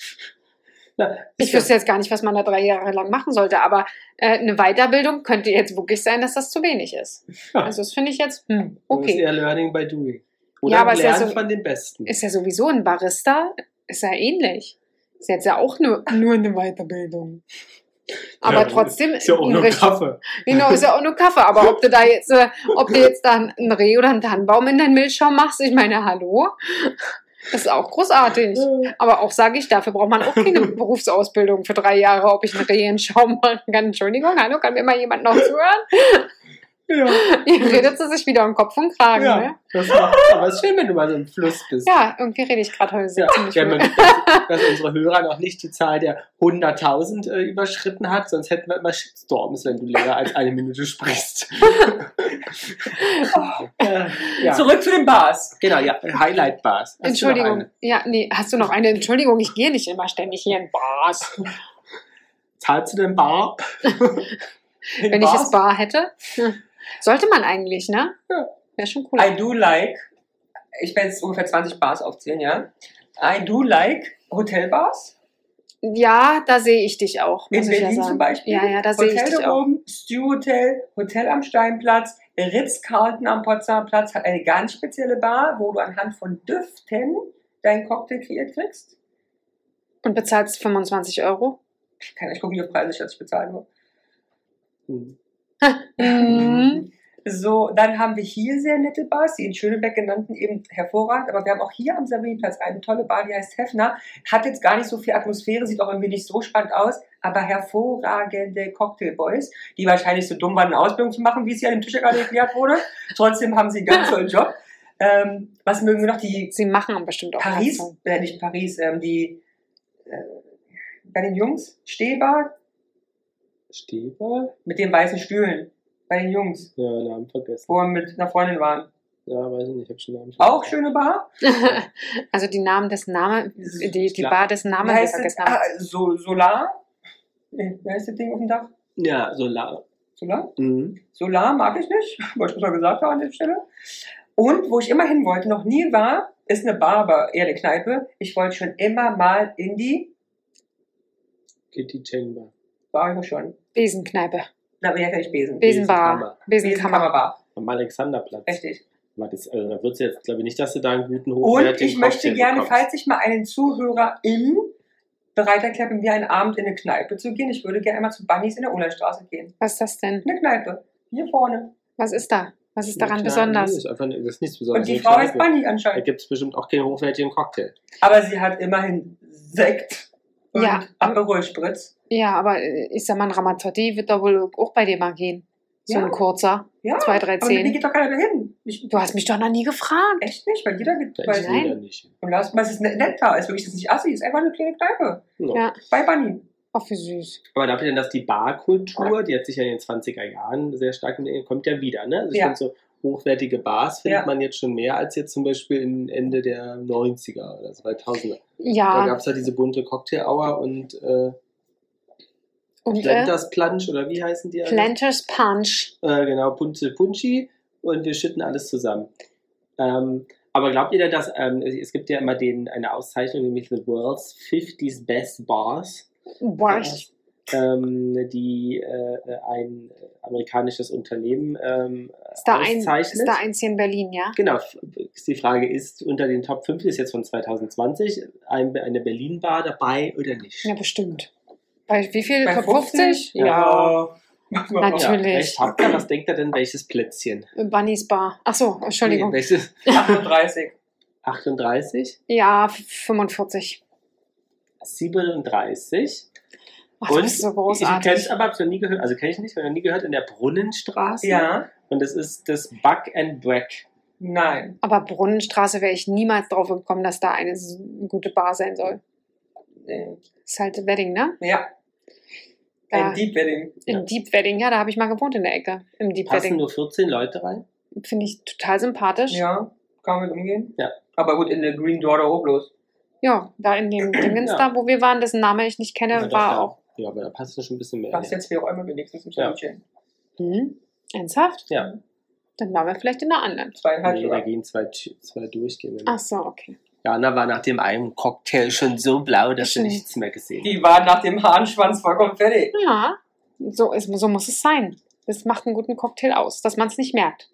[SPEAKER 4] Na,
[SPEAKER 2] Ich wüsste jetzt gar nicht, was man da drei Jahre lang machen sollte, aber äh, eine Weiterbildung könnte jetzt wirklich sein, dass das zu wenig ist.
[SPEAKER 4] Ja.
[SPEAKER 2] Also das finde ich jetzt, hm,
[SPEAKER 4] okay. ist
[SPEAKER 2] okay.
[SPEAKER 4] eher Learning by Doing. Oder
[SPEAKER 2] Ja, aber es ist ja
[SPEAKER 4] lernen
[SPEAKER 2] so-
[SPEAKER 4] von den Besten.
[SPEAKER 2] Ist ja sowieso ein Barista, ist ja ähnlich. Ist jetzt ja auch nur, nur eine Weiterbildung. Aber
[SPEAKER 4] Ja,
[SPEAKER 2] trotzdem
[SPEAKER 4] Ist ja auch nur
[SPEAKER 2] richtig-
[SPEAKER 4] Kaffee.
[SPEAKER 2] Genau, ist ja auch nur Kaffee. Aber ob du da jetzt, äh, ob du jetzt dann einen Reh oder einen Tannenbaum in deinen Milchschaum machst, ich meine, hallo? Das ist auch großartig. Aber auch sage ich, dafür braucht man auch
[SPEAKER 4] <laughs>
[SPEAKER 2] keine Berufsausbildung für drei Jahre, ob ich einen Rehenschaum machen kann. Entschuldigung, hallo, kann mir mal jemand noch zuhören?
[SPEAKER 4] Ja. <laughs>
[SPEAKER 2] Ihr redet sie sich wieder um Kopf und Kragen, ja. ne?
[SPEAKER 4] Ja, das macht, aber es ist schön, wenn du mal so im Fluss bist.
[SPEAKER 2] Ja, irgendwie rede ich gerade heute
[SPEAKER 4] Ja,
[SPEAKER 2] ziemlich
[SPEAKER 4] wir haben
[SPEAKER 2] viel.
[SPEAKER 4] ja, dass unsere Hörer noch nicht die Zahl der 100.000 äh, überschritten hat, sonst hätten wir immer Shitstorms, wenn du länger als eine
[SPEAKER 2] <laughs>
[SPEAKER 4] Minute sprichst. Äh, ja.
[SPEAKER 1] Zurück zu den Bars.
[SPEAKER 4] Genau, ja, Highlight Bars. Hast du noch
[SPEAKER 2] Entschuldigung.
[SPEAKER 4] eine?
[SPEAKER 2] Ja, nee, hast du noch eine Entschuldigung? Ich gehe nicht immer ständig hier in Bars.
[SPEAKER 4] Zahlst du denn Bar? In
[SPEAKER 2] Wenn ich
[SPEAKER 4] Bars?
[SPEAKER 2] es bar hätte. Hm. Sollte man eigentlich, ne?
[SPEAKER 4] Ja.
[SPEAKER 2] Wäre schon cool.
[SPEAKER 1] I do like, ich werde jetzt ungefähr 20 Bars aufzählen, ja. I do like Hotelbars.
[SPEAKER 2] Ja, da sehe ich dich auch.
[SPEAKER 1] In
[SPEAKER 2] muss ich ja
[SPEAKER 1] Berlin
[SPEAKER 2] sagen.
[SPEAKER 1] zum Beispiel.
[SPEAKER 2] Ja, ja, da sehe ich
[SPEAKER 1] Hotel
[SPEAKER 2] dich
[SPEAKER 1] da
[SPEAKER 2] auch.
[SPEAKER 1] oben, Stew Hotel, Hotel am Steinplatz, Ritz-Carlton am Potsdamer Platz hat eine ganz spezielle Bar, wo du anhand von Düften deinen Cocktail kreiert kriegst.
[SPEAKER 2] Und bezahlst
[SPEAKER 1] <laughs>
[SPEAKER 2] 25 Euro.
[SPEAKER 1] Ich kann nicht gucken, wie auf Preise ich jetzt bezahlen muss.
[SPEAKER 4] Hm.
[SPEAKER 2] Mhm.
[SPEAKER 1] So, dann haben wir hier sehr nette Bars, die in Schönebeck genannten eben hervorragend, aber wir haben auch hier am Sabinenplatz eine tolle Bar, die heißt Hefner. Hat jetzt gar nicht so viel Atmosphäre, sieht auch irgendwie nicht so spannend aus, aber hervorragende Cocktailboys, die wahrscheinlich so dumm waren, eine Ausbildung zu machen, wie es hier an dem Tisch ja gerade erklärt wurde. Trotzdem haben sie einen ganz tollen Job. Ähm, was mögen wir noch? Die
[SPEAKER 2] Sie machen bestimmt auch
[SPEAKER 1] Paris,
[SPEAKER 2] Heizung.
[SPEAKER 1] äh, nicht Paris, ähm, die äh, bei den Jungs, Stehbar
[SPEAKER 4] Stäbe?
[SPEAKER 1] mit den weißen Stühlen, bei den Jungs,
[SPEAKER 4] Ja, Namen vergessen.
[SPEAKER 1] wo wir mit einer Freundin waren.
[SPEAKER 4] Ja, weiß ich nicht, ich hab schon Namen
[SPEAKER 1] Auch schöne Bar.
[SPEAKER 2] Also die Namen des Namen, die, die
[SPEAKER 4] Klar.
[SPEAKER 2] Bar des
[SPEAKER 1] Wie
[SPEAKER 2] Namen
[SPEAKER 1] heißt
[SPEAKER 2] die
[SPEAKER 1] das?
[SPEAKER 2] vergessen haben.
[SPEAKER 1] Ah, so, Solar. Nee, Wie heißt das Ding auf dem Dach?
[SPEAKER 4] Ja, Solar.
[SPEAKER 1] Solar?
[SPEAKER 4] Mhm.
[SPEAKER 1] Solar mag ich nicht, <laughs> wollte ich schon mal gesagt haben an der Stelle. Und wo ich immer hin wollte, noch nie war, ist eine Bar, aber eher eine Kneipe. Ich wollte schon immer mal in die,
[SPEAKER 4] Kitty Chamber.
[SPEAKER 1] war ich auch schon,
[SPEAKER 2] Besenkneipe.
[SPEAKER 1] na, wie heißt eigentlich Besen?
[SPEAKER 2] Besenbar.
[SPEAKER 4] Besenkammer.
[SPEAKER 2] Besenkammer.
[SPEAKER 1] Besenkammerbar,
[SPEAKER 4] Am Alexanderplatz.
[SPEAKER 1] richtig.
[SPEAKER 4] War das, also, da wird jetzt, glaube ich, nicht, dass du da einen guten
[SPEAKER 1] Und ich
[SPEAKER 4] hochwertigen
[SPEAKER 1] möchte
[SPEAKER 4] Cocktail
[SPEAKER 1] gerne,
[SPEAKER 4] bekommst.
[SPEAKER 1] falls ich mal einen Zuhörer in bereit erklärt, mit mir einen Abend in eine Kneipe zu gehen, ich würde gerne einmal zu Bunnies in der Olandstraße gehen.
[SPEAKER 2] Was ist das denn?
[SPEAKER 1] Eine Kneipe, hier vorne.
[SPEAKER 2] Was ist da? Was ist daran
[SPEAKER 4] Nein, Nee,
[SPEAKER 2] besonders?
[SPEAKER 4] ist einfach, das ist nichts
[SPEAKER 1] Und
[SPEAKER 4] Besonderes.
[SPEAKER 1] die
[SPEAKER 4] Eine
[SPEAKER 1] Frau heißt
[SPEAKER 4] Kneipe.
[SPEAKER 1] Bunny
[SPEAKER 4] Da
[SPEAKER 1] anscheinend.
[SPEAKER 4] gibt es bestimmt auch keinen hochwertigen Cocktail.
[SPEAKER 1] Aber sie hat immerhin Sekt und
[SPEAKER 2] Ja.
[SPEAKER 1] Aperol Spritz.
[SPEAKER 2] Ja, aber äh, ich sag mal, ein Ramazzotti wird doch wohl auch bei dir mal gehen. So
[SPEAKER 1] Ja.
[SPEAKER 2] ein kurzer.
[SPEAKER 1] Ja,
[SPEAKER 2] Zwei, drei,
[SPEAKER 1] aber mit mir
[SPEAKER 2] zehn.
[SPEAKER 1] geht doch keiner dahin. Ich,
[SPEAKER 2] Du hast mich doch noch nie gefragt.
[SPEAKER 1] echt nicht, weil jeder geht
[SPEAKER 4] Da
[SPEAKER 1] weil,
[SPEAKER 4] ist
[SPEAKER 2] Nein.
[SPEAKER 4] jeder nicht.
[SPEAKER 1] Und Lars, was ist nett- nett da? Ist wirklich das nicht assi, ist einfach eine kleine Kneipe.
[SPEAKER 4] No.
[SPEAKER 2] Ja.
[SPEAKER 1] Bei Bunny.
[SPEAKER 2] Ach, Oh, wie süß.
[SPEAKER 4] Aber dafür denn, dass die Barkultur, die hat sich ja in den 20er Jahren sehr stark entwickelt, kommt ja wieder. Ne? Also ich
[SPEAKER 1] Ja.
[SPEAKER 4] finde, so hochwertige Bars findet
[SPEAKER 1] Ja.
[SPEAKER 4] man jetzt schon mehr als jetzt zum Beispiel in Ende der 90er oder 2000er.
[SPEAKER 1] Ah.
[SPEAKER 4] Da
[SPEAKER 2] Ja,
[SPEAKER 4] gab es ja diese bunte Cocktailhour und äh,
[SPEAKER 2] und äh,
[SPEAKER 4] Planters Plunge oder wie heißen die? alle?
[SPEAKER 2] Planters Punch.
[SPEAKER 4] Äh, genau, Punche Punchi und wir schütten alles zusammen. Ähm, aber glaubt ihr denn, dass ähm, es gibt ja immer den, eine Auszeichnung, nämlich The World's 50s Best Bars?
[SPEAKER 2] Was?
[SPEAKER 4] ähm, die äh, ein amerikanisches Unternehmen ähm,
[SPEAKER 2] Ist da, ein,
[SPEAKER 4] auszeichnet.
[SPEAKER 2] ist da eins hier in Berlin, ja?
[SPEAKER 4] Genau, f- die Frage ist, unter den Top 5 ist jetzt von 2020 ein, eine Berlin-Bar dabei oder nicht?
[SPEAKER 2] Ja, bestimmt. Bei wie viel?
[SPEAKER 1] Bei
[SPEAKER 2] Top 50?
[SPEAKER 1] 50?
[SPEAKER 2] Ja.
[SPEAKER 1] Machen wir
[SPEAKER 2] Natürlich.
[SPEAKER 1] auch.
[SPEAKER 4] recht habt ihr, was denkt ihr denn, welches Plätzchen?
[SPEAKER 2] Äh, Bunnies Bar. Ach so, Entschuldigung.
[SPEAKER 4] Nee, welches?
[SPEAKER 1] 38.
[SPEAKER 4] 38,
[SPEAKER 2] Ja, 45.
[SPEAKER 4] 37.
[SPEAKER 2] Ach, du bist so
[SPEAKER 4] Ich kenne es
[SPEAKER 2] großartig.
[SPEAKER 4] aber, hab's noch nie gehört, also kenne ich nicht, habe noch nie gehört, in der Brunnenstraße.
[SPEAKER 1] Ja,
[SPEAKER 4] Und das ist das Buck and Breck.
[SPEAKER 1] nein.
[SPEAKER 2] Aber Brunnenstraße wäre ich niemals drauf gekommen, dass da eine s- gute Bar sein soll.
[SPEAKER 1] Äh,
[SPEAKER 2] Ist halt Wedding, ne?
[SPEAKER 1] Ja, ein
[SPEAKER 2] Da,
[SPEAKER 1] Deep Wedding.
[SPEAKER 2] in
[SPEAKER 4] Ja.
[SPEAKER 2] Deep Wedding, ja, da habe ich mal gewohnt in der Ecke. Im Deep
[SPEAKER 4] Passen
[SPEAKER 2] Wedding.
[SPEAKER 4] nur 14 Leute rein?
[SPEAKER 2] Finde ich total sympathisch. Ja,
[SPEAKER 1] Ja, kann man mit umgehen.
[SPEAKER 4] Ja.
[SPEAKER 1] Aber gut, in der Green Door da oben bloß.
[SPEAKER 2] da in
[SPEAKER 4] <clears throat>
[SPEAKER 2] dem Dingens
[SPEAKER 4] Ja.
[SPEAKER 2] da, wo wir waren, dessen Name ich nicht kenne,
[SPEAKER 4] Ja, doch,
[SPEAKER 2] war
[SPEAKER 4] da-
[SPEAKER 2] auch.
[SPEAKER 4] Ja, aber da passt es schon ein bisschen mehr.
[SPEAKER 1] Passt
[SPEAKER 4] hin.
[SPEAKER 1] jetzt hier auch einmal wenigstens im
[SPEAKER 4] Ja.
[SPEAKER 1] Sandwich.
[SPEAKER 2] Hm? Ernsthaft?
[SPEAKER 4] Ja.
[SPEAKER 2] Dann waren wir vielleicht in einer anderen.
[SPEAKER 1] Zweieinhalb
[SPEAKER 4] Nee, da
[SPEAKER 1] sogar.
[SPEAKER 4] gehen zwei, Tü- zwei durchgehende.
[SPEAKER 2] Ach so, okay.
[SPEAKER 4] Jana war nach dem einen Cocktail schon so blau, dass sie
[SPEAKER 2] Schön.
[SPEAKER 4] nichts mehr gesehen hat.
[SPEAKER 1] Die waren nach dem Hahnschwanz vollkommen fertig.
[SPEAKER 2] Ja, so, ist, so muss es sein. Das macht einen guten Cocktail aus, dass man es nicht merkt.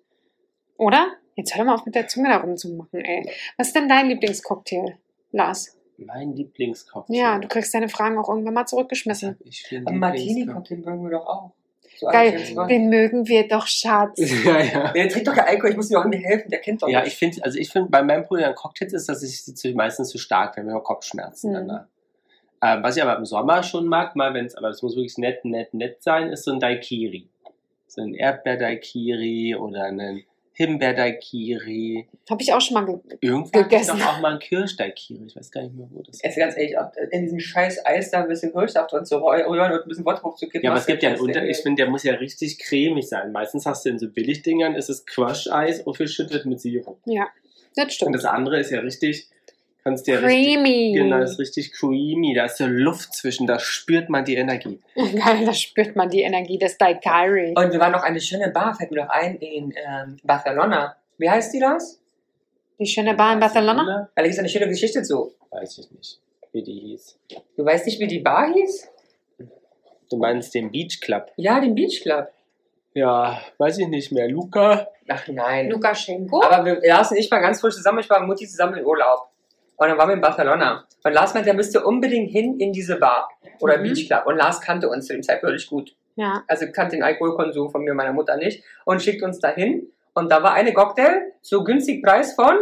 [SPEAKER 2] Oder? Jetzt hör doch mal auf mit der Zunge da rumzumachen, ey. Was ist denn dein Lieblingscocktail, Lars?
[SPEAKER 4] Mein Lieblingscocktail.
[SPEAKER 2] Ja, du kriegst deine Fragen auch irgendwann mal
[SPEAKER 4] Was
[SPEAKER 2] zurückgeschmissen.
[SPEAKER 4] hab ich für einen
[SPEAKER 1] Am Martini
[SPEAKER 4] Martini
[SPEAKER 1] kommt den mögen wir doch auch. So
[SPEAKER 2] Geil.
[SPEAKER 1] eingegrenzt war.
[SPEAKER 2] Den mögen wir doch, Schatz.
[SPEAKER 4] <laughs> Ja, ja.
[SPEAKER 1] Der trinkt doch kein Alkohol, ich muss ihm auch nicht helfen, der kennt doch
[SPEAKER 4] Ja,
[SPEAKER 1] nicht.
[SPEAKER 4] ich finde, also ich finde, bei meinem Problem an Cocktails ist, dass ich sie zu, meistens zu stark wenn wir Kopfschmerzen
[SPEAKER 2] Mhm.
[SPEAKER 4] danach. Ähm, was ich aber im Sommer schon mag, mal wenn es, aber es muss wirklich nett, nett, nett sein, ist so ein Daikiri. So ein Erdbeer-Daikiri oder ein Himbeer-Daikiri.
[SPEAKER 2] Habe ich auch schon mal ge
[SPEAKER 4] Irgendwo hatte ich
[SPEAKER 2] Gegessen.
[SPEAKER 4] doch auch mal ein Kirsch-Daikiri. Ich weiß gar nicht mehr, wo das ist.
[SPEAKER 1] Jetzt ganz ehrlich, auch in diesem scheiß Eis da ein bisschen Kirschsaft drin zu rühren und ein bisschen Wodka zu kippen.
[SPEAKER 4] Ja, aber
[SPEAKER 1] hast
[SPEAKER 4] es
[SPEAKER 1] du
[SPEAKER 4] gibt ja einen
[SPEAKER 1] das
[SPEAKER 4] Unterschied. Ich
[SPEAKER 1] Ding.
[SPEAKER 4] finde, der muss ja richtig cremig sein. Meistens hast du in so Billigdingern, ist es Quascheis aufgeschüttet mit Sirup.
[SPEAKER 2] Ja, das
[SPEAKER 4] Und
[SPEAKER 2] stimmt.
[SPEAKER 4] das andere ist ja richtig, kannst dir ja richtig
[SPEAKER 2] Creamy.
[SPEAKER 4] Genau, das ist richtig creamy. Da ist so Luft zwischen, da spürt man die Energie.
[SPEAKER 2] Geil, da spürt man die Energie des Daikari.
[SPEAKER 1] Und wir waren noch eine schöne Bar, fällt mir noch ein, in ähm, Barcelona. Wie heißt die das?
[SPEAKER 2] Die schöne Bar in Barcelona.
[SPEAKER 1] Weil da gibt es eine schöne Geschichte zu.
[SPEAKER 4] Weiß ich nicht, wie die hieß.
[SPEAKER 1] Du weißt nicht, wie die Bar hieß?
[SPEAKER 4] Du meinst den Beach Club?
[SPEAKER 1] Ja, den Beach Club.
[SPEAKER 4] Ja, weiß ich nicht mehr. Luca?
[SPEAKER 1] Ach nein.
[SPEAKER 2] Lukaschenko.
[SPEAKER 1] Aber wir, Lars und ich waren ganz frisch zusammen. Ich war mit Mutti zusammen in Urlaub. Und dann waren wir in Barcelona. Und Lars meinte, er müsste unbedingt hin in diese Bar. Oder
[SPEAKER 2] Mhm.
[SPEAKER 1] Beach Club. Und Lars kannte uns zu dem Zeitpunkt wirklich gut.
[SPEAKER 2] Ja.
[SPEAKER 1] Also kannte den Alkoholkonsum von mir und meiner Mutter nicht. Und schickt uns dahin. Und da war eine Cocktail, so günstig Preis von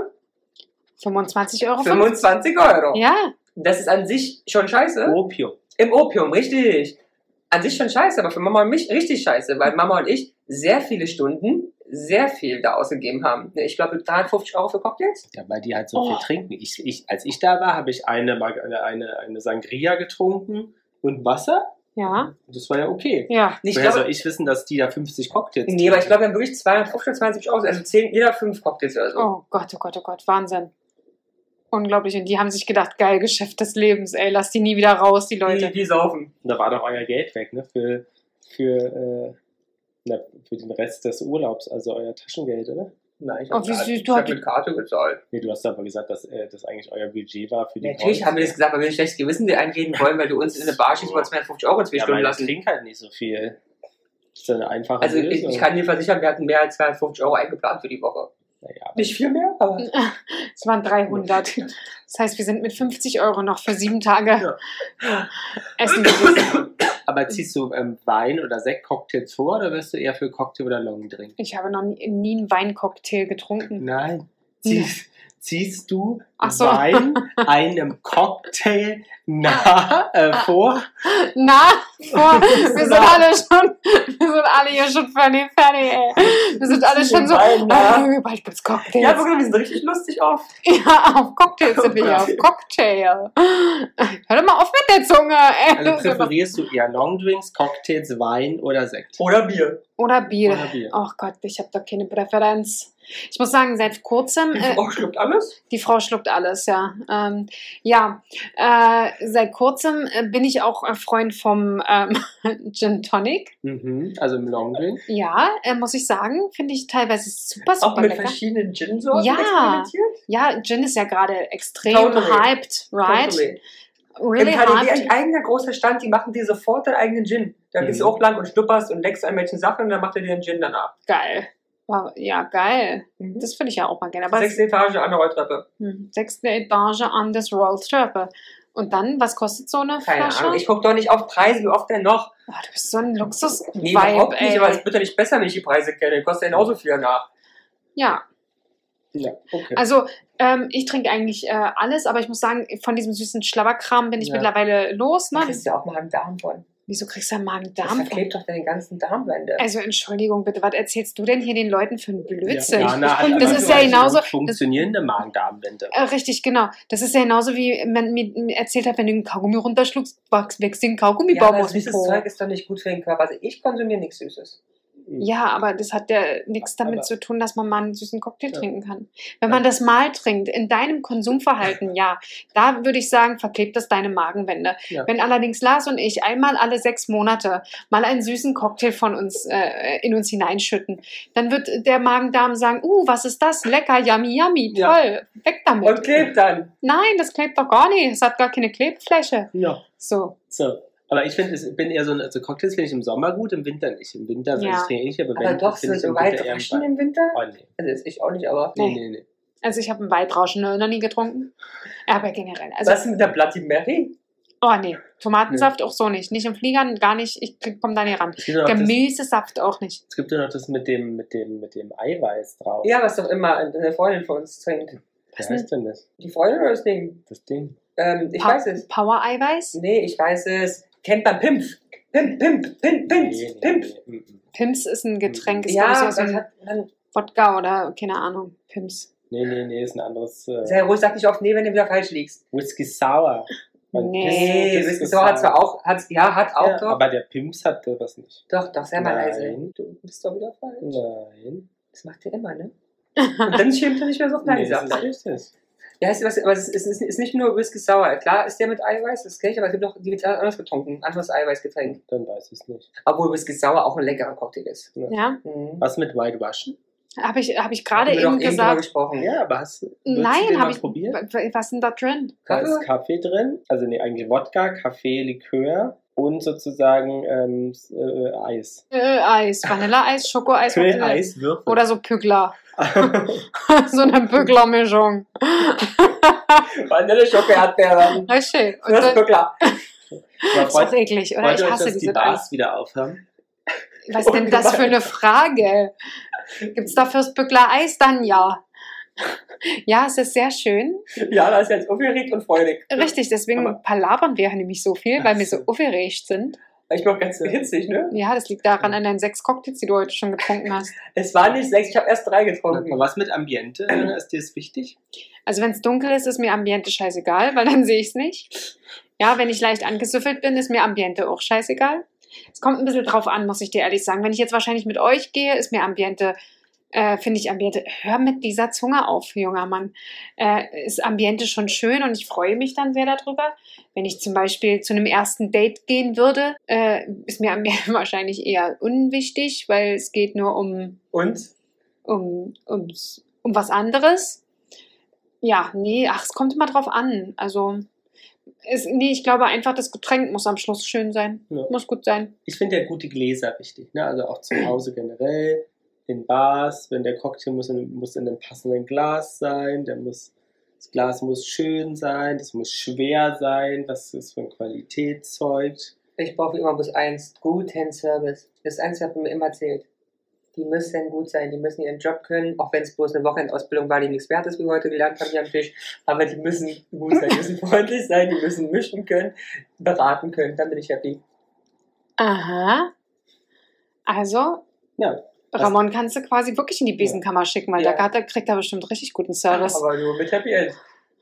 [SPEAKER 2] 25 Euro.
[SPEAKER 1] 25 Euro.
[SPEAKER 2] Ja, Oh.
[SPEAKER 1] Das ist an sich schon
[SPEAKER 4] Äh?
[SPEAKER 1] scheiße.
[SPEAKER 4] Opium.
[SPEAKER 1] Im Opium, richtig. An sich schon scheiße, aber für Mama und mich richtig scheiße, weil Mama und ich sehr viele Stunden, sehr viel da ausgegeben haben. Ne, Ich glaube 350 Euro für Cocktails.
[SPEAKER 4] Ja, weil die halt so
[SPEAKER 2] Oh.
[SPEAKER 4] viel trinken. Ich, ich, als ich da war, habe ich eine, Mag- eine, eine, eine Sangria getrunken und Wasser.
[SPEAKER 2] ja,
[SPEAKER 4] Das war ja okay.
[SPEAKER 2] ja.
[SPEAKER 1] Ich
[SPEAKER 4] Woher
[SPEAKER 1] glaube,
[SPEAKER 4] soll ich wissen, dass die da 50 Cocktails
[SPEAKER 1] nee, aber ich glaube, wir haben wirklich 250, 72 Euro, also 10, jeder 5 Cocktails oder so.
[SPEAKER 2] Oh Gott, oh Gott, oh Gott, Wahnsinn. Unglaublich. Und die haben sich gedacht, geil, Geschäft des Lebens, ey, lass die nie wieder raus, die
[SPEAKER 1] die,
[SPEAKER 2] Leute.
[SPEAKER 1] die saufen.
[SPEAKER 4] Da war doch euer Geld weg, ne? Für, für, äh, na, für den Rest des Urlaubs, also euer Taschengeld, oder?
[SPEAKER 1] Nein, ich
[SPEAKER 2] Oh,
[SPEAKER 1] habe
[SPEAKER 2] wie süß,
[SPEAKER 1] ich
[SPEAKER 2] du
[SPEAKER 1] hab
[SPEAKER 2] hast-
[SPEAKER 1] mit Karte bezahlt.
[SPEAKER 4] Nee, du hast aber gesagt, dass äh, das eigentlich euer Budget war für die
[SPEAKER 1] Natürlich haben wir das gesagt, weil wir ein schlechtes Gewissen dir einreden wollen, weil du uns in eine Bar schickst, wo wir 250 Euro in zwei
[SPEAKER 4] ja,
[SPEAKER 1] Stunden
[SPEAKER 4] weil Ich
[SPEAKER 1] lassen.
[SPEAKER 4] trinke halt nicht so viel. Das ist eine einfache
[SPEAKER 1] Also ich,
[SPEAKER 4] Lösung.
[SPEAKER 1] ich kann dir versichern, wir hatten mehr als 250 Euro eingeplant für die Woche.
[SPEAKER 4] naja, aber
[SPEAKER 1] Nicht viel mehr, aber...
[SPEAKER 2] Es waren 300. Das heißt, wir sind mit 50 Euro noch für sieben Tage <laughs> essen gewesen.
[SPEAKER 4] aber ziehst du ähm, Wein- oder Sekt-Cocktails vor oder wirst du eher für Cocktail oder Longdrink?
[SPEAKER 2] Ich habe noch nie, nie einen Weincocktail getrunken.
[SPEAKER 4] Nein. Ziehst, ziehst du
[SPEAKER 2] Ach so.
[SPEAKER 4] <laughs> Wein einem Cocktail nah, äh, vor?
[SPEAKER 2] Na,
[SPEAKER 1] <laughs>
[SPEAKER 2] vor, wir sind alle schon, wir sind alle hier schon völlig fertig, ey. Wir sind alle <laughs> schon so,
[SPEAKER 1] Wein, ne?
[SPEAKER 2] oh, bald gibt's Cocktails.
[SPEAKER 1] Ja, wirklich, wir sind richtig lustig auf.
[SPEAKER 2] Ja, auf Cocktail sind wir, auf Cocktail. Hör doch mal auf mit der Zunge. Ey.
[SPEAKER 4] Also <laughs> präferierst du eher Longdrinks, Cocktails, Wein oder Sekt?
[SPEAKER 1] Oder Bier.
[SPEAKER 2] Oder Bier.
[SPEAKER 4] Oder Bier.
[SPEAKER 2] Ach Gott, ich habe da keine Präferenz. Ich muss sagen, seit kurzem, äh,
[SPEAKER 1] Oh, schluckt alles?
[SPEAKER 2] die Frau schluckt alles, ja. Ähm, ja, äh, seit kurzem äh, bin ich auch ein Freund vom ähm, <laughs> Gin Tonic.
[SPEAKER 4] Mhm. Also im Longdrink?
[SPEAKER 2] Ja, äh, muss ich sagen, finde ich teilweise super, super
[SPEAKER 1] Auch mit
[SPEAKER 2] lecker.
[SPEAKER 1] verschiedenen Gin-Sorten
[SPEAKER 2] Ja.
[SPEAKER 1] experimentiert?
[SPEAKER 2] Ja, Gin ist ja gerade extrem
[SPEAKER 1] Totally.
[SPEAKER 2] hyped, right?
[SPEAKER 1] Totally.
[SPEAKER 2] Really
[SPEAKER 1] Im KDW
[SPEAKER 2] hyped.
[SPEAKER 1] ein eigener großer Stand, die machen dir sofort deinen eigenen Gin. Da
[SPEAKER 4] Mhm.
[SPEAKER 1] gehst du auch lang und schnupperst und leckst an welchen Sachen und dann macht er dir einen Gin danach.
[SPEAKER 2] Geil. Wow, Ja, geil.
[SPEAKER 1] Mhm.
[SPEAKER 2] Das finde ich ja auch mal gerne. Aber
[SPEAKER 1] Sechste Etage an der Rolltreppe.
[SPEAKER 2] Hm, sechste Etage an des Rolltreppe. Und dann, was kostet so eine
[SPEAKER 1] Keine
[SPEAKER 2] Flasche?
[SPEAKER 1] Ahnung, ich guck doch nicht auf Preise, wie oft denn noch?
[SPEAKER 2] Ah, du bist so ein luxus
[SPEAKER 1] Nee, überhaupt
[SPEAKER 2] Vibe,
[SPEAKER 1] nicht,
[SPEAKER 2] ey.
[SPEAKER 1] aber es wird doch nicht besser, wenn ich die Preise kenne. Kostet ja genauso viel danach.
[SPEAKER 2] Ja,
[SPEAKER 4] Ja, okay.
[SPEAKER 2] also ähm, ich trinke eigentlich äh, alles, aber ich muss sagen, von diesem süßen Schlabberkram bin ich
[SPEAKER 4] Ja.
[SPEAKER 2] mittlerweile los.
[SPEAKER 1] Da
[SPEAKER 2] Ne?
[SPEAKER 1] kriegst du ja auch mal einen Darm von.
[SPEAKER 2] Wieso kriegst du einen
[SPEAKER 1] Das
[SPEAKER 2] Magen-Darm?
[SPEAKER 1] verklebt doch deine ganzen Darmwände.
[SPEAKER 2] Also Entschuldigung bitte, was erzählst du denn hier den Leuten für einen Blödsinn?
[SPEAKER 4] Ja, also Jana hat
[SPEAKER 1] Das
[SPEAKER 4] aber
[SPEAKER 1] ist
[SPEAKER 2] ja
[SPEAKER 4] eine
[SPEAKER 2] genauso-
[SPEAKER 4] Funktionierende Magen-Darm-Wände.
[SPEAKER 2] Äh, richtig, genau. Das ist ja genauso, wie man mir mir erzählt hat, wenn du einen Kaugummi runterschluckst, wächst wächst dir ein
[SPEAKER 1] Ja,
[SPEAKER 2] Kaugummibaum
[SPEAKER 1] aber
[SPEAKER 2] aus dem
[SPEAKER 1] süßes
[SPEAKER 2] Po.
[SPEAKER 1] Zeug ist doch nicht gut für den Körper. Also ich konsumiere nichts Süßes.
[SPEAKER 2] Ja, aber das hat ja nichts damit
[SPEAKER 4] Aber-
[SPEAKER 2] zu tun, dass man mal einen süßen Cocktail
[SPEAKER 4] Ja.
[SPEAKER 2] trinken kann. Wenn man das mal trinkt, in deinem
[SPEAKER 4] <laughs>
[SPEAKER 2] Konsumverhalten, ja, da würde ich sagen, verklebt das deine Magenwände.
[SPEAKER 4] Ja.
[SPEAKER 2] Wenn allerdings Lars und ich einmal alle sechs Monate mal einen süßen Cocktail von uns äh, in uns hineinschütten, dann wird der Magen-Darm sagen, uh, was ist das? Lecker, yummy, yummy,
[SPEAKER 4] Ja.
[SPEAKER 2] toll, weg damit.
[SPEAKER 1] Und klebt dann.
[SPEAKER 2] Nein, das klebt doch gar nicht. Es hat gar keine Klebfläche.
[SPEAKER 4] Ja.
[SPEAKER 2] So,
[SPEAKER 4] So. Aber ich finde, ich bin eher so ein, also Cocktails finde ich im Sommer gut, im Winter nicht. Im Winter also
[SPEAKER 2] Ja.
[SPEAKER 4] ich trinke ich, aber wenn
[SPEAKER 1] Aber doch, so,
[SPEAKER 4] finde ich
[SPEAKER 1] so
[SPEAKER 4] im Winter
[SPEAKER 1] weit
[SPEAKER 4] eher
[SPEAKER 1] raschen
[SPEAKER 4] Wein.
[SPEAKER 1] im Winter?
[SPEAKER 4] Oh, nee.
[SPEAKER 1] Also das ich auch nicht, aber.
[SPEAKER 4] Nee,
[SPEAKER 2] Nee.
[SPEAKER 4] nee, nee.
[SPEAKER 2] also ich habe einen Weitrauschen noch nie getrunken. Aber generell, also
[SPEAKER 1] Was ist mit der Bloody Mary?
[SPEAKER 2] Oh nee, Tomatensaft auch so nicht. Nicht im Fliegern, gar nicht. Ich komme da nicht ran.
[SPEAKER 4] Es gibt, ja noch das,
[SPEAKER 2] Gemüsesaft auch nicht.
[SPEAKER 4] es gibt ja noch das mit dem, mit dem, mit dem Eiweiß drauf.
[SPEAKER 1] Ja, was doch immer eine Freundin von uns trinkt.
[SPEAKER 4] Was heißt denn das?
[SPEAKER 1] Die Freundin oder das Ding?
[SPEAKER 4] Das Ding.
[SPEAKER 1] Ähm, ich
[SPEAKER 2] Pa-
[SPEAKER 1] weiß es.
[SPEAKER 2] Power-Eiweiß?
[SPEAKER 1] Nee, ich weiß es. Kennt man Pimpf. Pimp, Pimp, Pimp, Pimp,
[SPEAKER 4] Nee, nee,
[SPEAKER 1] Pimp.
[SPEAKER 4] nee, mm, mm.
[SPEAKER 2] Pims ist ein Getränk. Ist
[SPEAKER 1] Ja,
[SPEAKER 2] glaub ich,
[SPEAKER 1] das
[SPEAKER 2] aus dem
[SPEAKER 1] hat man,
[SPEAKER 2] Wodka oder keine Ahnung. Pims.
[SPEAKER 4] Nee, nee, nee, ist ein anderes. Äh,
[SPEAKER 1] Herr Rose sagt nicht oft, nee, wenn du wieder falsch liegst.
[SPEAKER 4] Whisky Sour. Man
[SPEAKER 2] Nee,
[SPEAKER 4] pisst-
[SPEAKER 1] Nee,
[SPEAKER 4] pisst
[SPEAKER 1] Whisky Sour hat zwar auch, hat, ja, hat auch
[SPEAKER 4] Ja,
[SPEAKER 1] doch.
[SPEAKER 4] aber der Pimps hat äh, was nicht.
[SPEAKER 1] Doch, doch, sei mal
[SPEAKER 4] Nein.
[SPEAKER 1] leise. Du bist doch wieder falsch.
[SPEAKER 4] Nein.
[SPEAKER 1] Das macht ihr immer,
[SPEAKER 2] <laughs>
[SPEAKER 1] ne? Und dann schämt er nicht mehr so auf
[SPEAKER 4] Nee,
[SPEAKER 1] Nein
[SPEAKER 4] das ist
[SPEAKER 1] sagt.
[SPEAKER 4] richtig.
[SPEAKER 1] Ja, weißt du was, aber es ist, es ist nicht nur Whisky Sour. Klar ist der mit Eiweiß, das kenne ich, aber es gibt noch, die wird anders getrunken. Anderes Eiweißgetränk.
[SPEAKER 4] Dann weiß ich es nicht.
[SPEAKER 1] Obwohl Whisky Sour auch ein leckerer Cocktail ist.
[SPEAKER 2] Ja,
[SPEAKER 1] Mhm.
[SPEAKER 4] Was mit White Russian?
[SPEAKER 2] habe ich, hab ich gerade
[SPEAKER 1] Haben wir doch
[SPEAKER 2] eben
[SPEAKER 1] drüber
[SPEAKER 2] gesagt.
[SPEAKER 1] gesprochen.
[SPEAKER 4] Ja, aber hast würdest du
[SPEAKER 2] Nein,
[SPEAKER 4] den
[SPEAKER 2] habe
[SPEAKER 4] mal
[SPEAKER 2] ich.
[SPEAKER 4] probiert?
[SPEAKER 2] wa- Was ist denn da drin?
[SPEAKER 4] Da
[SPEAKER 1] Kaffee?
[SPEAKER 4] ist Kaffee drin, also nee, eigentlich Wodka, Kaffee, Likör und sozusagen ähm, s- äh, Eis.
[SPEAKER 2] Äh, Eis, Vanilleeis, Schokoeis. was denn da-
[SPEAKER 4] Eiswürfel. <laughs>
[SPEAKER 2] Oder so Pückler. <laughs> so eine Pückler-Mischung.
[SPEAKER 1] Vanille, Schoko, Erdbeeren.
[SPEAKER 2] Richtig. <laughs>
[SPEAKER 1] <laughs>
[SPEAKER 2] Und
[SPEAKER 1] Das ist
[SPEAKER 2] dann,
[SPEAKER 1] mir klar.
[SPEAKER 4] Aber
[SPEAKER 2] ist doch
[SPEAKER 4] freut,
[SPEAKER 2] eklig, oder?
[SPEAKER 4] freut
[SPEAKER 2] Ich
[SPEAKER 4] euch,
[SPEAKER 2] hasse
[SPEAKER 4] dass die
[SPEAKER 2] diese
[SPEAKER 4] Bars
[SPEAKER 2] Eis.
[SPEAKER 4] wieder aufhaben.
[SPEAKER 2] Was ist denn das für eine Frage? Gibt es da fürs Bückler Eis? Dann ja. Ja, es ist sehr schön.
[SPEAKER 1] Ja, da ist jetzt aufgeregt und freudig.
[SPEAKER 2] Richtig, deswegen
[SPEAKER 1] Aber-
[SPEAKER 2] palabern wir nämlich so viel, weil wir so
[SPEAKER 4] Ach
[SPEAKER 2] aufgeregt sind.
[SPEAKER 1] Ich bin auch ganz hitzig, ne?
[SPEAKER 2] Ja, das liegt daran an deinen sechs Cocktails, die du heute schon getrunken hast.
[SPEAKER 1] Es waren nicht sechs, ich habe erst drei getrunken.
[SPEAKER 4] Und was mit Ambiente? Lena, Ist dir das wichtig?
[SPEAKER 2] Also wenn es dunkel ist, ist mir Ambiente scheißegal, weil dann sehe ich es nicht. Ja, wenn ich leicht angesüffelt bin, ist mir Ambiente auch scheißegal. Es kommt ein bisschen drauf an, muss ich dir ehrlich sagen. Wenn ich jetzt wahrscheinlich mit euch gehe, ist mir Ambiente, äh, finde ich Ambiente, hör mit dieser Zunge auf, junger Mann. Äh, ist Ambiente schon schön und ich freue mich dann sehr darüber. Wenn ich zum Beispiel zu einem ersten Date gehen würde, äh, ist mir Ambiente <laughs> wahrscheinlich eher unwichtig, weil es geht nur um
[SPEAKER 1] Und?
[SPEAKER 2] um, ums, um was anderes. Ja, nee, ach, es kommt immer drauf an. Also, es, nee, ich glaube einfach, das Getränk muss am Schluss schön sein.
[SPEAKER 4] Ja.
[SPEAKER 2] Muss gut sein.
[SPEAKER 4] Ich finde ja gute Gläser wichtig, ne? also auch zu Hause generell, in Bars, wenn der Cocktail muss in, muss in einem passenden Glas sein, der muss, das Glas muss schön sein, das muss schwer sein, was ist von Qualität zeugt.
[SPEAKER 1] Ich brauche immer bis eins. Guten Service. Das ist eins, was mir immer zählt. Die müssen gut sein, die müssen ihren Job können, auch wenn es bloß eine Wochenendausbildung war, die nichts wert ist, wie wir heute gelernt haben hier am Tisch. Aber die müssen gut sein, die müssen freundlich sein, die müssen mischen können, beraten können. Dann bin ich happy.
[SPEAKER 2] Aha. Also,
[SPEAKER 4] Ja,
[SPEAKER 2] Ramon kannst du quasi wirklich in die Besenkammer schicken, weil
[SPEAKER 4] Ja.
[SPEAKER 2] da hat er- kriegt er bestimmt richtig guten Service.
[SPEAKER 1] Aber nur mit Happy End.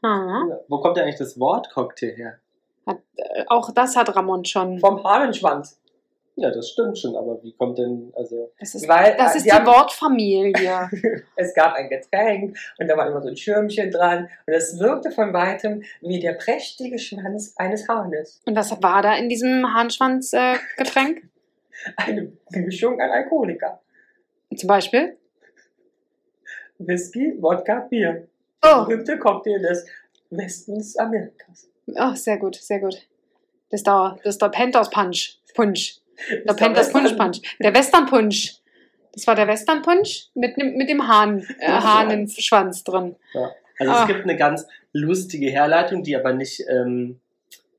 [SPEAKER 2] Aha.
[SPEAKER 4] wo kommt denn eigentlich das Wort Cocktail her?
[SPEAKER 2] Äh, Auch das hat Ramon schon.
[SPEAKER 1] Vom Hahnenschwanz.
[SPEAKER 4] Ja, das stimmt schon, aber wie kommt denn, also,
[SPEAKER 2] Das ist,
[SPEAKER 1] Weil,
[SPEAKER 2] das
[SPEAKER 1] äh,
[SPEAKER 2] ist
[SPEAKER 1] die
[SPEAKER 2] die
[SPEAKER 1] haben-
[SPEAKER 2] Wortfamilie.
[SPEAKER 1] Es gab ein Getränk und da war immer so ein Schirmchen dran und es wirkte von weitem wie der prächtige Schwanz eines Hahnes.
[SPEAKER 2] Und was war da in diesem äh, Hahnschwanz-Getränk?
[SPEAKER 1] Eine Mischung an Alkoholiker.
[SPEAKER 2] Zum Beispiel?
[SPEAKER 1] Whisky, Wodka, Bier.
[SPEAKER 2] Oh,
[SPEAKER 1] Berühmte Cocktail des Westens Amerikas.
[SPEAKER 2] Oh, sehr gut, sehr gut. Das ist der, das ist der Panthers Punch. Punch. Der
[SPEAKER 1] Ist doch
[SPEAKER 2] Panthers Punch
[SPEAKER 1] Western.
[SPEAKER 2] Punch. Der Western Punch. Das war der Western Punch mit, nem- mit dem Hahn, äh, Hahnenschwanz drin.
[SPEAKER 4] also
[SPEAKER 2] Ah.
[SPEAKER 4] es gibt eine ganz lustige Herleitung, die aber nicht, ähm,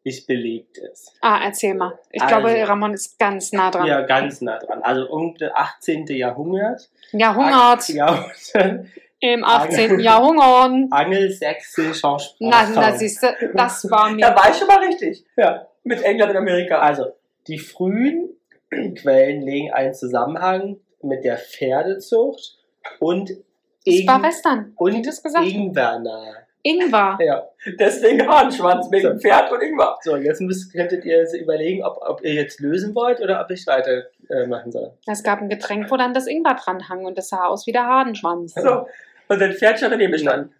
[SPEAKER 4] nicht belegt ist.
[SPEAKER 2] Ah, erzähl mal. Ich glaube,
[SPEAKER 4] Also.
[SPEAKER 2] Ramon ist ganz nah dran.
[SPEAKER 4] Ja, ganz nah dran. Also um das 18. Jahrhundert.
[SPEAKER 2] Jahrhundert.
[SPEAKER 4] Jahrhundert.
[SPEAKER 2] Im 18. Jahrhundert.
[SPEAKER 4] angelsächsischer Sprache.
[SPEAKER 2] Na, na, siehst du, das war
[SPEAKER 1] Da
[SPEAKER 2] mir.
[SPEAKER 1] war ich schon mal richtig.
[SPEAKER 4] Ja.
[SPEAKER 1] Mit England und Amerika.
[SPEAKER 4] Also, die frühen <clears throat> Quellen legen einen Zusammenhang mit der Pferdezucht und
[SPEAKER 2] Das war
[SPEAKER 4] Ing
[SPEAKER 2] Western. die
[SPEAKER 4] und
[SPEAKER 2] das gesagt haben.
[SPEAKER 4] Ingwerner.
[SPEAKER 2] Ingwer.
[SPEAKER 4] Ja.
[SPEAKER 1] Deswegen Hahnenschwanz, wegen
[SPEAKER 4] So.
[SPEAKER 1] Pferd und Ingwer.
[SPEAKER 4] So, jetzt müsst, könntet ihr so überlegen, ob, ob ihr jetzt lösen wollt oder ob ich weiter äh, machen soll.
[SPEAKER 2] Es gab ein Getränk, wo dann das Ingwer dran hang und das sah aus wie der Hahnenschwanz.
[SPEAKER 1] So. Und dann Pferd schon daneben stand.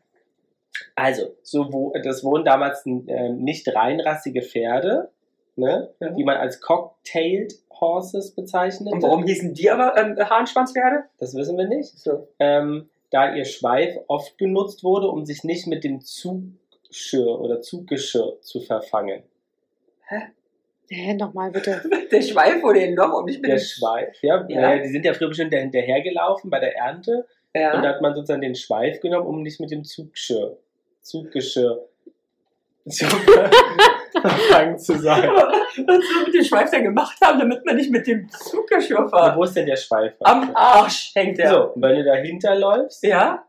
[SPEAKER 4] Also, so wo, das wurden damals ähm, nicht reinrassige Pferde, ne,
[SPEAKER 1] Ja.
[SPEAKER 2] Mhm.
[SPEAKER 4] die man als Cocktailed Horses bezeichnet.
[SPEAKER 1] Und warum hießen die aber ähm, Hahnenschwanzpferde?
[SPEAKER 4] Das wissen wir nicht.
[SPEAKER 1] So.
[SPEAKER 4] ähm, da ihr Schweif oft genutzt wurde, um sich nicht mit dem Zugschirr oder Zuggeschirr zu verfangen.
[SPEAKER 2] Hä, nochmal bitte.
[SPEAKER 1] Der Schweif wurde in Loch und ich bin
[SPEAKER 4] Der Schweif, ja,
[SPEAKER 1] Ja.
[SPEAKER 4] Naja, die sind ja früher bestimmt da hinterhergelaufen bei der Ernte und da
[SPEAKER 1] Ja.
[SPEAKER 4] hat man sozusagen den Schweif genommen, um nicht mit dem Zugschirr, Zuggeschirr zu, Anfangen zu sagen.
[SPEAKER 1] <laughs> Was wir mit dem Schweif denn gemacht haben, damit man nicht mit dem Zuckerschirr
[SPEAKER 4] Aber
[SPEAKER 1] fahren.
[SPEAKER 4] wo ist denn der Schweif?
[SPEAKER 1] Am Arsch hängt der.
[SPEAKER 4] So, und wenn du dahinter läufst,
[SPEAKER 1] Ja?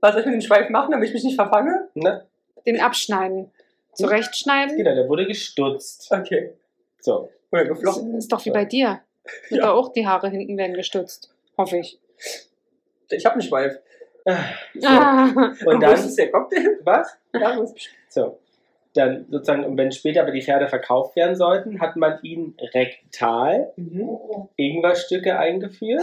[SPEAKER 1] Was soll ich mit dem Schweif machen, damit ich mich nicht verfange?
[SPEAKER 4] ne?
[SPEAKER 2] Den abschneiden. Zurechtschneiden?
[SPEAKER 4] Genau, der wurde gestutzt.
[SPEAKER 1] Okay.
[SPEAKER 4] So.
[SPEAKER 1] Oder
[SPEAKER 2] Das
[SPEAKER 1] geflochten.
[SPEAKER 2] ist doch wie bei dir.
[SPEAKER 1] Ja.
[SPEAKER 2] Ja. Da auch die Haare hinten werden gestutzt. Hoffe ich.
[SPEAKER 1] Ich habe einen Schweif.
[SPEAKER 2] Ah,
[SPEAKER 4] Und
[SPEAKER 1] wo ist
[SPEAKER 4] dann,
[SPEAKER 1] es der Cocktail?
[SPEAKER 4] was?
[SPEAKER 1] Ja, wo ist-
[SPEAKER 4] So. Dann sozusagen, und wenn später aber die Pferde verkauft werden sollten, hat man ihnen rektal
[SPEAKER 1] <laughs> mhm. <laughs>
[SPEAKER 4] Ingwerstücke eingeführt,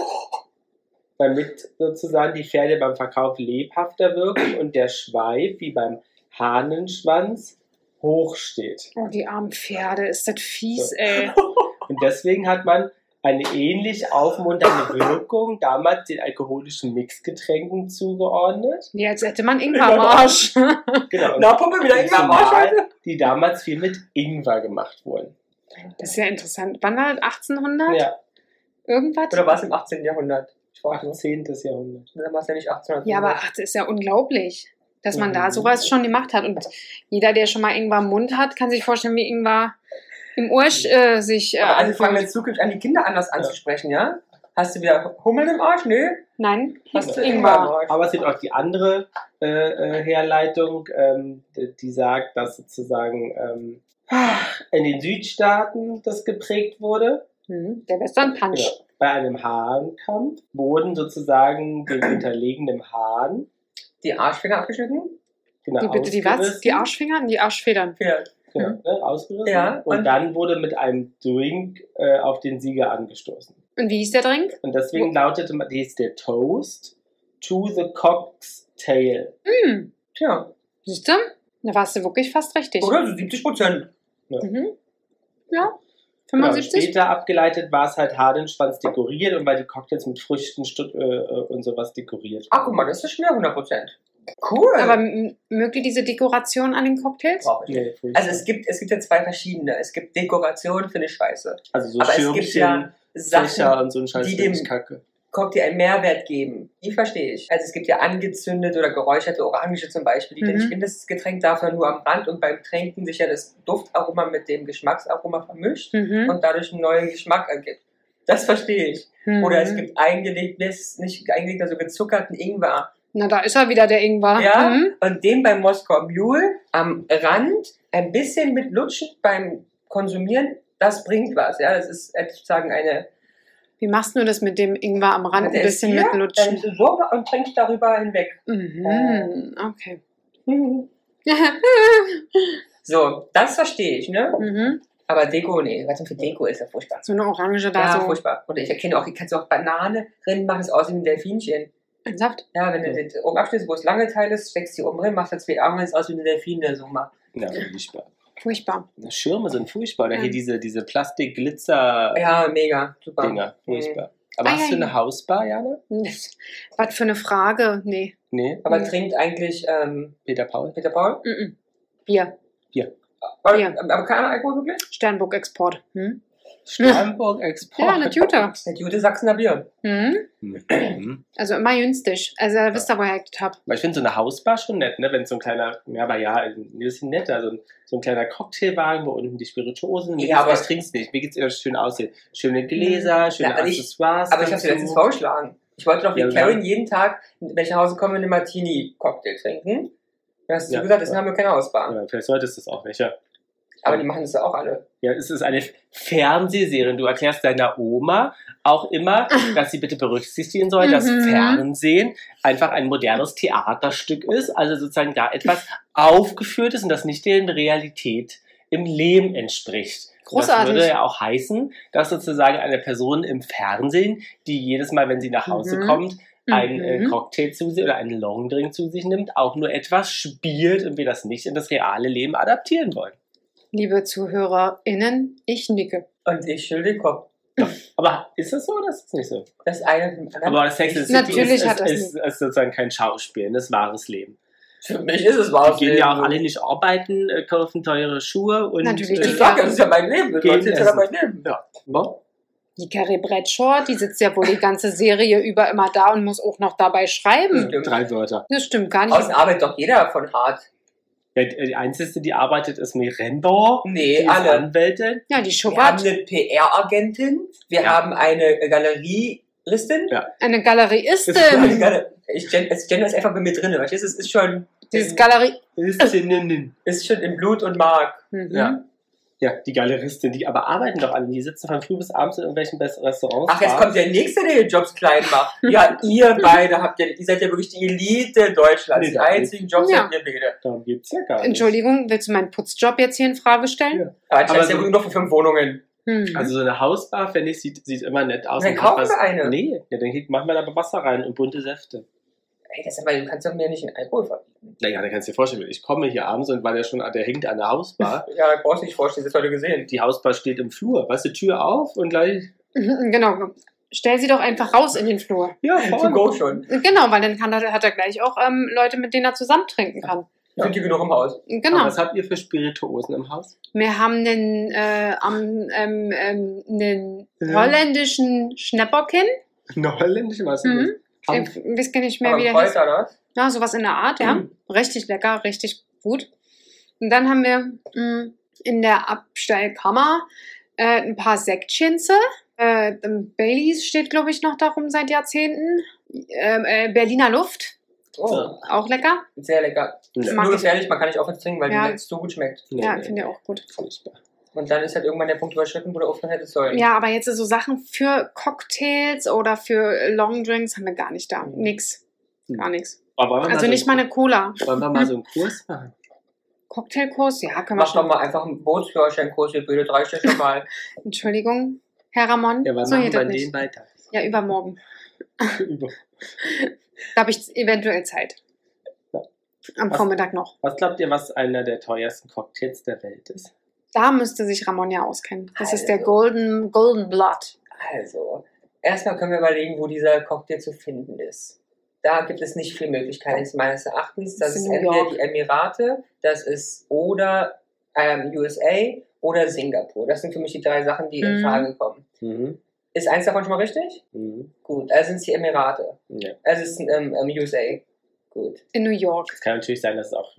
[SPEAKER 4] damit sozusagen die Pferde beim Verkauf lebhafter wirken und der Schweif, wie beim Hahnenschwanz, hoch steht.
[SPEAKER 2] oh, die armen Pferde. Ist das fies,
[SPEAKER 4] So.
[SPEAKER 2] ey.
[SPEAKER 4] Und deswegen hat man eine ähnlich aufmunternde Wirkung damals den alkoholischen Mixgetränken zugeordnet.
[SPEAKER 2] Ja, als hätte man Ingwer am Arsch.
[SPEAKER 4] Genau.
[SPEAKER 1] Na, Puppe, wieder irgendwann am Arsch
[SPEAKER 4] Zumal
[SPEAKER 1] heute?
[SPEAKER 4] die damals viel mit Ingwer gemacht wurden.
[SPEAKER 2] <laughs> Das ist ja interessant. Wann war das? 1800?
[SPEAKER 4] Ja,
[SPEAKER 2] Irgendwas?
[SPEAKER 1] Oder war es im 18. Jahrhundert? Ich weiß nicht.
[SPEAKER 4] 18. Jahrhundert.
[SPEAKER 1] Dann war es ja nicht 1800.
[SPEAKER 2] Ja, aber ach, das ist ja unglaublich, dass man da
[SPEAKER 4] Mhm.
[SPEAKER 2] sowas schon gemacht hat. Und jeder, der schon mal Ingwer im Mund hat, kann sich vorstellen, wie Ingwer im Ursch äh, sich äh,
[SPEAKER 1] Aber alle also fangen
[SPEAKER 2] anfängt.
[SPEAKER 1] in Zukunft an, die Kinder anders anzusprechen, ja? Hast du wieder Hummeln im Arsch? Nö.
[SPEAKER 2] Nein,
[SPEAKER 1] Hast du
[SPEAKER 2] Ingwer.
[SPEAKER 1] Ingwer im Arsch?
[SPEAKER 4] Aber es gibt auch die andere äh, äh, Herleitung, ähm, die die sagt, dass sozusagen ähm, in den Südstaaten das geprägt wurde.
[SPEAKER 2] Hm, der Western Punch.
[SPEAKER 4] Genau. Bei einem Hahnkampf wurden
[SPEAKER 2] <clears throat>
[SPEAKER 4] sozusagen dem unterlegenen Hahn
[SPEAKER 1] Die Arschfinger abgeschnitten?
[SPEAKER 4] genau,
[SPEAKER 2] Die, bitte, die was?
[SPEAKER 4] ausgerissen,
[SPEAKER 2] Die Mhm. Arschfinger? Die Arschfedern.
[SPEAKER 1] Ja.
[SPEAKER 4] genau, ne, ausgerissen
[SPEAKER 1] Ja,
[SPEAKER 4] und,
[SPEAKER 1] und-
[SPEAKER 4] dann wurde mit einem Drink äh, auf den Sieger angestoßen.
[SPEAKER 2] Und wie hieß der Drink?
[SPEAKER 4] Und deswegen lautete man, hieß der Toast to the Cock's Tail.
[SPEAKER 2] Hm,
[SPEAKER 1] Tja.
[SPEAKER 2] siehst du? Da warst du wirklich fast richtig.
[SPEAKER 1] Oder so 70 Prozent.
[SPEAKER 2] Mhm. Ja,
[SPEAKER 4] Genau,
[SPEAKER 2] 75?
[SPEAKER 4] später abgeleitet war es halt Hadenschwanz dekoriert und weil die Cocktails mit Früchten stu- äh, äh, und sowas dekoriert
[SPEAKER 1] Ach, guck mal, das ist schon wieder 100 Prozent. Cool.
[SPEAKER 2] Aber m- mögt ihr diese Dekoration an den Cocktails?
[SPEAKER 1] Brauch ich nicht.
[SPEAKER 4] Nee, Früchte.
[SPEAKER 1] also es gibt, es gibt ja zwei verschiedene. Es gibt Dekoration, finde ich scheiße.
[SPEAKER 4] also so
[SPEAKER 1] aber es
[SPEAKER 4] Schirmchen,
[SPEAKER 1] gibt ja
[SPEAKER 4] Fächer
[SPEAKER 1] Sachen,
[SPEAKER 4] und so ein Scheiß
[SPEAKER 1] die
[SPEAKER 4] finde ich
[SPEAKER 1] dem-
[SPEAKER 4] Kacke.
[SPEAKER 1] Cocktail einen Mehrwert geben. Die verstehe ich. Also es gibt ja angezündete oder geräucherte Orange zum Beispiel. Die
[SPEAKER 2] Mhm.
[SPEAKER 1] ich finde, das Getränk darf ja nur am Rand und beim Tränken sich ja das Duftaroma mit dem Geschmacksaroma vermischt
[SPEAKER 2] Mhm.
[SPEAKER 1] und dadurch einen neuen Geschmack ergibt. Das verstehe ich.
[SPEAKER 2] Mhm.
[SPEAKER 1] Oder es gibt eingelegt, nee, es ist nicht eingelegt, also gezuckerten Ingwer.
[SPEAKER 2] Na, da ist er wieder, der Ingwer.
[SPEAKER 1] Ja.
[SPEAKER 2] Mhm.
[SPEAKER 1] Und den beim Moskau Mule am Rand ein bisschen mit Lutschen beim Konsumieren, das bringt was. Ja, das ist äh, sozusagen eine.
[SPEAKER 2] Wie machst du das mit dem Ingwer am Rand?
[SPEAKER 1] Der
[SPEAKER 2] Ein
[SPEAKER 1] ist
[SPEAKER 2] bisschen
[SPEAKER 1] hier,
[SPEAKER 2] mit
[SPEAKER 1] Dann
[SPEAKER 2] Lutschen.
[SPEAKER 1] ist es so und trinkst darüber hinweg. <laughs>
[SPEAKER 2] Mhm, okay. <laughs>
[SPEAKER 1] So, das verstehe ich, ne?
[SPEAKER 2] mhm.
[SPEAKER 1] Aber Deko, nee, was denn für Deko ist ja furchtbar.
[SPEAKER 2] So eine Orange da
[SPEAKER 1] Ja,
[SPEAKER 2] so.
[SPEAKER 1] furchtbar. Und ich erkenne auch, kannst du auch Banane drin machen, es aus wie ein Delfinchen.
[SPEAKER 2] Ernsthaft?
[SPEAKER 1] Ja, wenn du das oben abschnittst, wo es lange Teil ist, steckst die oben rein, machst da zwei Arme, es aus wie ein Delfin, der so macht.
[SPEAKER 4] Ja, furchtbar.
[SPEAKER 2] Furchtbar. <laughs>
[SPEAKER 4] Na, Schirme sind furchtbar. Oder
[SPEAKER 2] Ja.
[SPEAKER 4] hier diese, diese Plastik-Glitzer-Dinger.
[SPEAKER 1] Ja, mega, super. Mhm. Ah,
[SPEAKER 4] Furchtbar. Aber
[SPEAKER 2] Ei,
[SPEAKER 4] hast du
[SPEAKER 2] ei.
[SPEAKER 4] eine Hausbar, Jana?
[SPEAKER 2] Das- Was für eine Frage. Nee.
[SPEAKER 4] Nee,
[SPEAKER 1] Aber
[SPEAKER 2] Mhm.
[SPEAKER 1] trinkt eigentlich ähm,
[SPEAKER 4] Peter Paul.
[SPEAKER 1] Peter Paul?
[SPEAKER 2] Mhm. Bier.
[SPEAKER 1] Aber,
[SPEAKER 2] Ja.
[SPEAKER 1] aber keiner Alkohol wirklich?
[SPEAKER 2] Sternburg-Export. Hm?
[SPEAKER 4] Sternburg-Export.
[SPEAKER 2] Ja, eine Tüte.
[SPEAKER 1] Der gute Sachsener Bier.
[SPEAKER 2] Mhm.
[SPEAKER 4] Mhm.
[SPEAKER 2] Also immer günstig. Also da wisst ihr, woher ich das hab.
[SPEAKER 4] Aber ich finde so eine Hausbar schon nett, ne? Wenn so ein kleiner, ja, aber ja, also, ein bisschen netter. So ein, so ein kleiner Cocktailwagen, wo unten die Spirituosen.
[SPEAKER 1] Ja,
[SPEAKER 4] Mir geht's-
[SPEAKER 1] aber- Hm.
[SPEAKER 4] ich trinke es nicht. Mir geht es eher schön aussehen. Schöne Gläser, schöne
[SPEAKER 1] aber ich-
[SPEAKER 4] Accessoires.
[SPEAKER 1] Aber ich habe
[SPEAKER 4] dazu.
[SPEAKER 1] dir letztens vorgeschlagen. Ich wollte doch wie
[SPEAKER 4] Ja,
[SPEAKER 1] Karen jeden Tag, wenn ich nach Hause komme, einen Martini-Cocktail trinken. Da hast du
[SPEAKER 4] Ja.
[SPEAKER 1] gesagt, das haben wir keine Auswahl.
[SPEAKER 4] Ja, vielleicht solltest du es auch nicht, ja.
[SPEAKER 1] Aber die machen das ja auch alle.
[SPEAKER 4] Ja, es ist eine Fernsehserie. Und du erklärst deiner Oma auch immer, dass sie bitte berücksichtigen soll, dass
[SPEAKER 2] Mhm.
[SPEAKER 4] Fernsehen einfach ein modernes Theaterstück ist, also sozusagen da etwas aufgeführt ist und das nicht der Realität im Leben entspricht. Und
[SPEAKER 2] Großartig.
[SPEAKER 4] Das würde ja auch heißen, dass sozusagen eine Person im Fernsehen, die jedes Mal, wenn sie nach Hause
[SPEAKER 2] Mhm.
[SPEAKER 4] kommt, einen äh,
[SPEAKER 2] Mhm.
[SPEAKER 4] Cocktail zu sich oder einen Longdrink zu sich nimmt, auch nur etwas spielt und wir das nicht in das reale Leben adaptieren wollen.
[SPEAKER 2] Liebe ZuhörerInnen, ich nicke.
[SPEAKER 1] Und ich schüttel den Kopf.
[SPEAKER 4] Aber ist das so oder ist das nicht so?
[SPEAKER 1] Das eine mit dem anderen.
[SPEAKER 4] Aber das Sex and the City
[SPEAKER 2] Natürlich
[SPEAKER 4] ist,
[SPEAKER 2] hat das
[SPEAKER 4] ist, ist, ist sozusagen kein Schauspiel, ne? das ist wahres Leben.
[SPEAKER 1] Für mich ist es
[SPEAKER 4] Die
[SPEAKER 1] wahr.
[SPEAKER 4] gehen ja auch alle nicht arbeiten, äh, kaufen teure Schuhe und. äh,
[SPEAKER 2] Natürlich.
[SPEAKER 1] Ich sag ja, das ist ja mein Leben. Das
[SPEAKER 4] Gehen
[SPEAKER 1] ist ja
[SPEAKER 4] essen.
[SPEAKER 1] mein Leben.
[SPEAKER 4] Ja. Boah.
[SPEAKER 2] Die Carrie Bradshaw, die sitzt ja wohl die ganze Serie über immer da und muss auch noch dabei schreiben.
[SPEAKER 1] Stimmt.
[SPEAKER 4] Drei Wörter.
[SPEAKER 2] Das stimmt gar nicht.
[SPEAKER 1] Außen arbeitet doch jeder von hart.
[SPEAKER 4] Ja, die die einzige, die arbeitet, ist Miranda. Die
[SPEAKER 1] Nee,
[SPEAKER 4] ist
[SPEAKER 1] alle.
[SPEAKER 4] Anwältin.
[SPEAKER 2] Ja,
[SPEAKER 1] Wir
[SPEAKER 2] die
[SPEAKER 1] haben
[SPEAKER 2] Schubbert,
[SPEAKER 1] eine PR-Agentin, wir
[SPEAKER 4] Ja.
[SPEAKER 1] haben eine Galeristin. <laughs>
[SPEAKER 4] Ja.
[SPEAKER 2] eine
[SPEAKER 1] Eine
[SPEAKER 2] Galerieistin.
[SPEAKER 1] Gal- Ich gen- das Gender ist einfach bei mir drin, weißt du? Es ist schon,
[SPEAKER 2] Dieses Galerie.
[SPEAKER 4] Galeristin.
[SPEAKER 1] ist schon im Blut und Mark.
[SPEAKER 2] Mhm.
[SPEAKER 4] Ja. Ja, die Galeristin, die aber arbeiten doch alle. Die sitzen von früh bis abends in irgendwelchen besten Restaurants.
[SPEAKER 1] Ach, jetzt
[SPEAKER 4] Bars.
[SPEAKER 1] kommt der nächste, der die Jobs klein
[SPEAKER 4] <laughs>
[SPEAKER 1] macht. Ja, ihr beide habt ja, ihr seid ja wirklich die Elite Deutschlands.
[SPEAKER 4] Nee,
[SPEAKER 1] die
[SPEAKER 4] gar nicht.
[SPEAKER 1] einzigen Jobs
[SPEAKER 2] Ja.
[SPEAKER 1] habt ihr beide.
[SPEAKER 4] Darum geht's ja gar nicht.
[SPEAKER 2] Entschuldigung, willst du meinen Putzjob jetzt hier in Frage stellen?
[SPEAKER 1] Aber anscheinend
[SPEAKER 4] Aber
[SPEAKER 1] ist ja
[SPEAKER 4] so-
[SPEAKER 1] genug noch für fünf Wohnungen.
[SPEAKER 2] Hm.
[SPEAKER 4] Also so eine Hausbar, finde ich, sieht, sieht immer nett aus.
[SPEAKER 1] Dann
[SPEAKER 4] Und
[SPEAKER 1] kaufen
[SPEAKER 4] hat was-
[SPEAKER 1] wir eine.
[SPEAKER 4] Nee, ja, dann geht- machen wir da aber Wasser rein und bunte Säfte.
[SPEAKER 1] Ey, das ist aber, du kannst doch mir nicht einen Alkohol verbieten.
[SPEAKER 4] Naja, da kannst du dir vorstellen, ich komme hier abends und weil der schon, der hängt an der <laughs> Hausbar.
[SPEAKER 1] Ja, brauchst du nicht vorstellen, das hast du heute gesehen.
[SPEAKER 4] Die Hausbar steht im Flur. Weißt du, Tür auf und gleich.
[SPEAKER 2] Mhm, <laughs> Genau. Stell sie doch einfach raus in den Flur.
[SPEAKER 4] Ja,
[SPEAKER 1] To
[SPEAKER 4] vorne.
[SPEAKER 1] go schon.
[SPEAKER 2] Genau, weil dann kann er, hat er gleich auch ähm, Leute, mit denen er zusammen trinken kann.
[SPEAKER 1] Sind die genug im Haus?
[SPEAKER 4] Aber
[SPEAKER 2] Genau.
[SPEAKER 4] was habt ihr für Spirituosen im <laughs> Haus?
[SPEAKER 2] Wir haben einen, äh, am, ähm, ähm, einen
[SPEAKER 4] Ja.
[SPEAKER 2] holländischen Schnäpperkin.
[SPEAKER 4] Eine holländische, was ist
[SPEAKER 2] Mhm.
[SPEAKER 4] das?
[SPEAKER 2] Ich weiß gar nicht mehr,
[SPEAKER 1] Aber
[SPEAKER 2] wie der heißt.
[SPEAKER 1] Kräuter, ne?
[SPEAKER 2] Ja, sowas in der Art, ja.
[SPEAKER 4] Mhm.
[SPEAKER 2] Richtig lecker, richtig gut. Und dann haben wir mh, in der Abstellkammer äh, ein paar Sektschinze. Äh, ähm, Baileys steht, glaube ich, noch darum seit Jahrzehnten. Ähm, äh, Berliner Luft,
[SPEAKER 1] Oh,
[SPEAKER 2] auch lecker.
[SPEAKER 1] sehr lecker.
[SPEAKER 4] Nee.
[SPEAKER 1] Ist
[SPEAKER 2] Mag
[SPEAKER 1] Nur
[SPEAKER 2] ich.
[SPEAKER 1] gefährlich, man kann nicht aufhören zu trinken, weil
[SPEAKER 2] Ja.
[SPEAKER 1] die Sekt so gut schmeckt.
[SPEAKER 4] Nee,
[SPEAKER 2] ja,
[SPEAKER 4] nee,
[SPEAKER 2] finde ich auch gut.
[SPEAKER 4] furchtbar.
[SPEAKER 1] Und dann ist halt irgendwann der Punkt überschritten, wo du aufhören hättest sollen.
[SPEAKER 2] Ja, aber jetzt so Sachen für Cocktails oder für Longdrinks haben wir gar nicht da.
[SPEAKER 4] Mhm.
[SPEAKER 2] Nix. Gar nichts.
[SPEAKER 4] Aber wollen wir
[SPEAKER 2] Also
[SPEAKER 4] so
[SPEAKER 2] nicht mal eine Cola.
[SPEAKER 4] Wollen
[SPEAKER 2] <laughs>
[SPEAKER 4] wir mal so einen Kurs machen?
[SPEAKER 2] Cocktailkurs, ja, können wir
[SPEAKER 1] Mach doch
[SPEAKER 2] schon.
[SPEAKER 1] mal einfach einen Bootsführerscheinkurs, ihr Böde, drei
[SPEAKER 2] <laughs>
[SPEAKER 1] Stück mal.
[SPEAKER 2] Entschuldigung, Herr Ramon.
[SPEAKER 4] Ja, wann
[SPEAKER 2] so
[SPEAKER 4] machen
[SPEAKER 2] geht
[SPEAKER 4] wir
[SPEAKER 2] das
[SPEAKER 4] den
[SPEAKER 2] nicht.
[SPEAKER 4] weiter?
[SPEAKER 2] Ja, übermorgen.
[SPEAKER 4] <laughs> Über-
[SPEAKER 2] Da habe ich eventuell Zeit.
[SPEAKER 4] Ja.
[SPEAKER 2] Am
[SPEAKER 4] Was-
[SPEAKER 2] Vormittag noch.
[SPEAKER 4] Was glaubt ihr, was einer der teuersten Cocktails der Welt ist?
[SPEAKER 2] Da müsste sich Ramon ja auskennen. Das ist der
[SPEAKER 1] Also.
[SPEAKER 2] Golden, Golden Blood.
[SPEAKER 1] Also, erstmal können wir überlegen, wo dieser Cocktail zu finden ist. Da gibt es nicht viele Möglichkeiten meines Erachtens. Das
[SPEAKER 2] Ist
[SPEAKER 1] ist
[SPEAKER 2] in New
[SPEAKER 1] entweder
[SPEAKER 2] York.
[SPEAKER 1] die Emirate, das ist oder ähm, USA oder Singapur. Das sind für mich die drei Sachen, die in
[SPEAKER 2] Mhm.
[SPEAKER 1] Frage kommen.
[SPEAKER 4] Mhm.
[SPEAKER 1] Ist eins davon schon mal richtig?
[SPEAKER 4] Mhm.
[SPEAKER 1] Gut, also sind es die Emirate.
[SPEAKER 4] Ja.
[SPEAKER 1] Also es ist ähm, ähm, USA. Gut.
[SPEAKER 2] In New York.
[SPEAKER 4] Es kann natürlich sein, dass es auch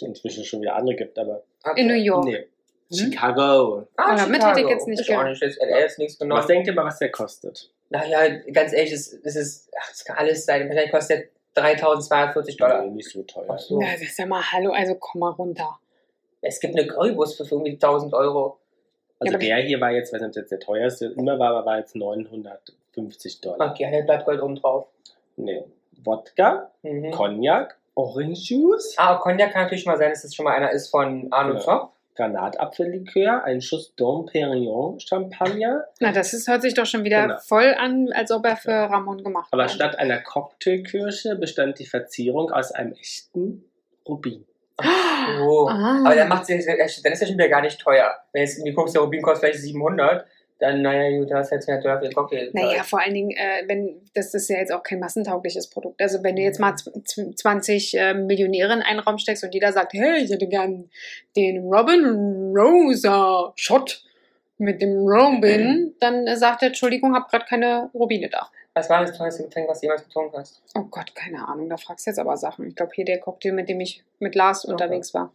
[SPEAKER 4] inzwischen schon wieder andere gibt, aber.
[SPEAKER 1] Okay.
[SPEAKER 2] In New York.
[SPEAKER 4] Nee. Chicago.
[SPEAKER 1] Ah,
[SPEAKER 2] Aber damit
[SPEAKER 1] Chicago.
[SPEAKER 2] hätte ich jetzt nicht
[SPEAKER 1] ist auch
[SPEAKER 2] gerechnet.
[SPEAKER 1] nicht schlecht. LA ist nichts genommen.
[SPEAKER 4] Was denkt ihr mal, was der kostet?
[SPEAKER 1] Naja, ganz ehrlich, es, es ist, ach, es kann alles sein. Wahrscheinlich kostet der 3.240
[SPEAKER 4] Nee,
[SPEAKER 1] Dollar.
[SPEAKER 4] nicht so teuer.
[SPEAKER 1] Ach so.
[SPEAKER 2] Na, das ist ja mal hallo, also komm mal runter.
[SPEAKER 1] Es gibt eine Currywurst für irgendwie 1.000 Euro.
[SPEAKER 4] Also
[SPEAKER 2] aber-
[SPEAKER 4] der hier war jetzt, weiß nicht, ob das jetzt der teuerste immer war, aber war jetzt 950 Dollar.
[SPEAKER 1] Ah, Okay, da bleibt Gold oben drauf.
[SPEAKER 4] Nee. Wodka,
[SPEAKER 1] Mhm.
[SPEAKER 4] Cognac, Orange Juice,
[SPEAKER 1] Ah, Cognac kann natürlich schon mal sein, dass das schon mal einer ist von Arno
[SPEAKER 4] Ja.
[SPEAKER 1] Zopp.
[SPEAKER 4] Granatapfellikör, ein Schuss Dom Perignon Champagner.
[SPEAKER 2] Na, das ist, hört sich doch schon wieder
[SPEAKER 4] Genau.
[SPEAKER 2] voll an, als ob er für Ramon gemacht
[SPEAKER 4] Aber
[SPEAKER 1] Ah.
[SPEAKER 2] war.
[SPEAKER 4] statt einer Cocktailkirsche bestand die Verzierung aus einem echten Rubin.
[SPEAKER 1] Oh.
[SPEAKER 2] Ah.
[SPEAKER 1] Aber dann, macht's, ja- dann ist ja schon wieder gar nicht teuer. Wenn jetzt irgendwie guckst, der Rubin kostet vielleicht 700, dann, naja, gut, da hast du jetzt mehr teuer für den Cocktail.
[SPEAKER 2] Naja, vor allen Dingen, äh, wenn das ist ja jetzt auch kein massentaugliches Produkt. Also wenn du
[SPEAKER 4] Mhm.
[SPEAKER 2] jetzt mal zw- zw- 20 äh, Millionäre in einen Raum steckst und jeder sagt, hey, ich hätte gern den Robin Rosa Shot mit dem
[SPEAKER 4] Mhm.
[SPEAKER 2] Robin, dann äh, sagt er, Entschuldigung, hab gerade keine Rubine da.
[SPEAKER 1] Was war das teuerste Getränk, was du jemals getrunken hast?
[SPEAKER 2] Oh Gott, keine Ahnung, da fragst du jetzt aber Sachen. Ich glaube, hier der Cocktail, mit dem ich mit Lars unterwegs war.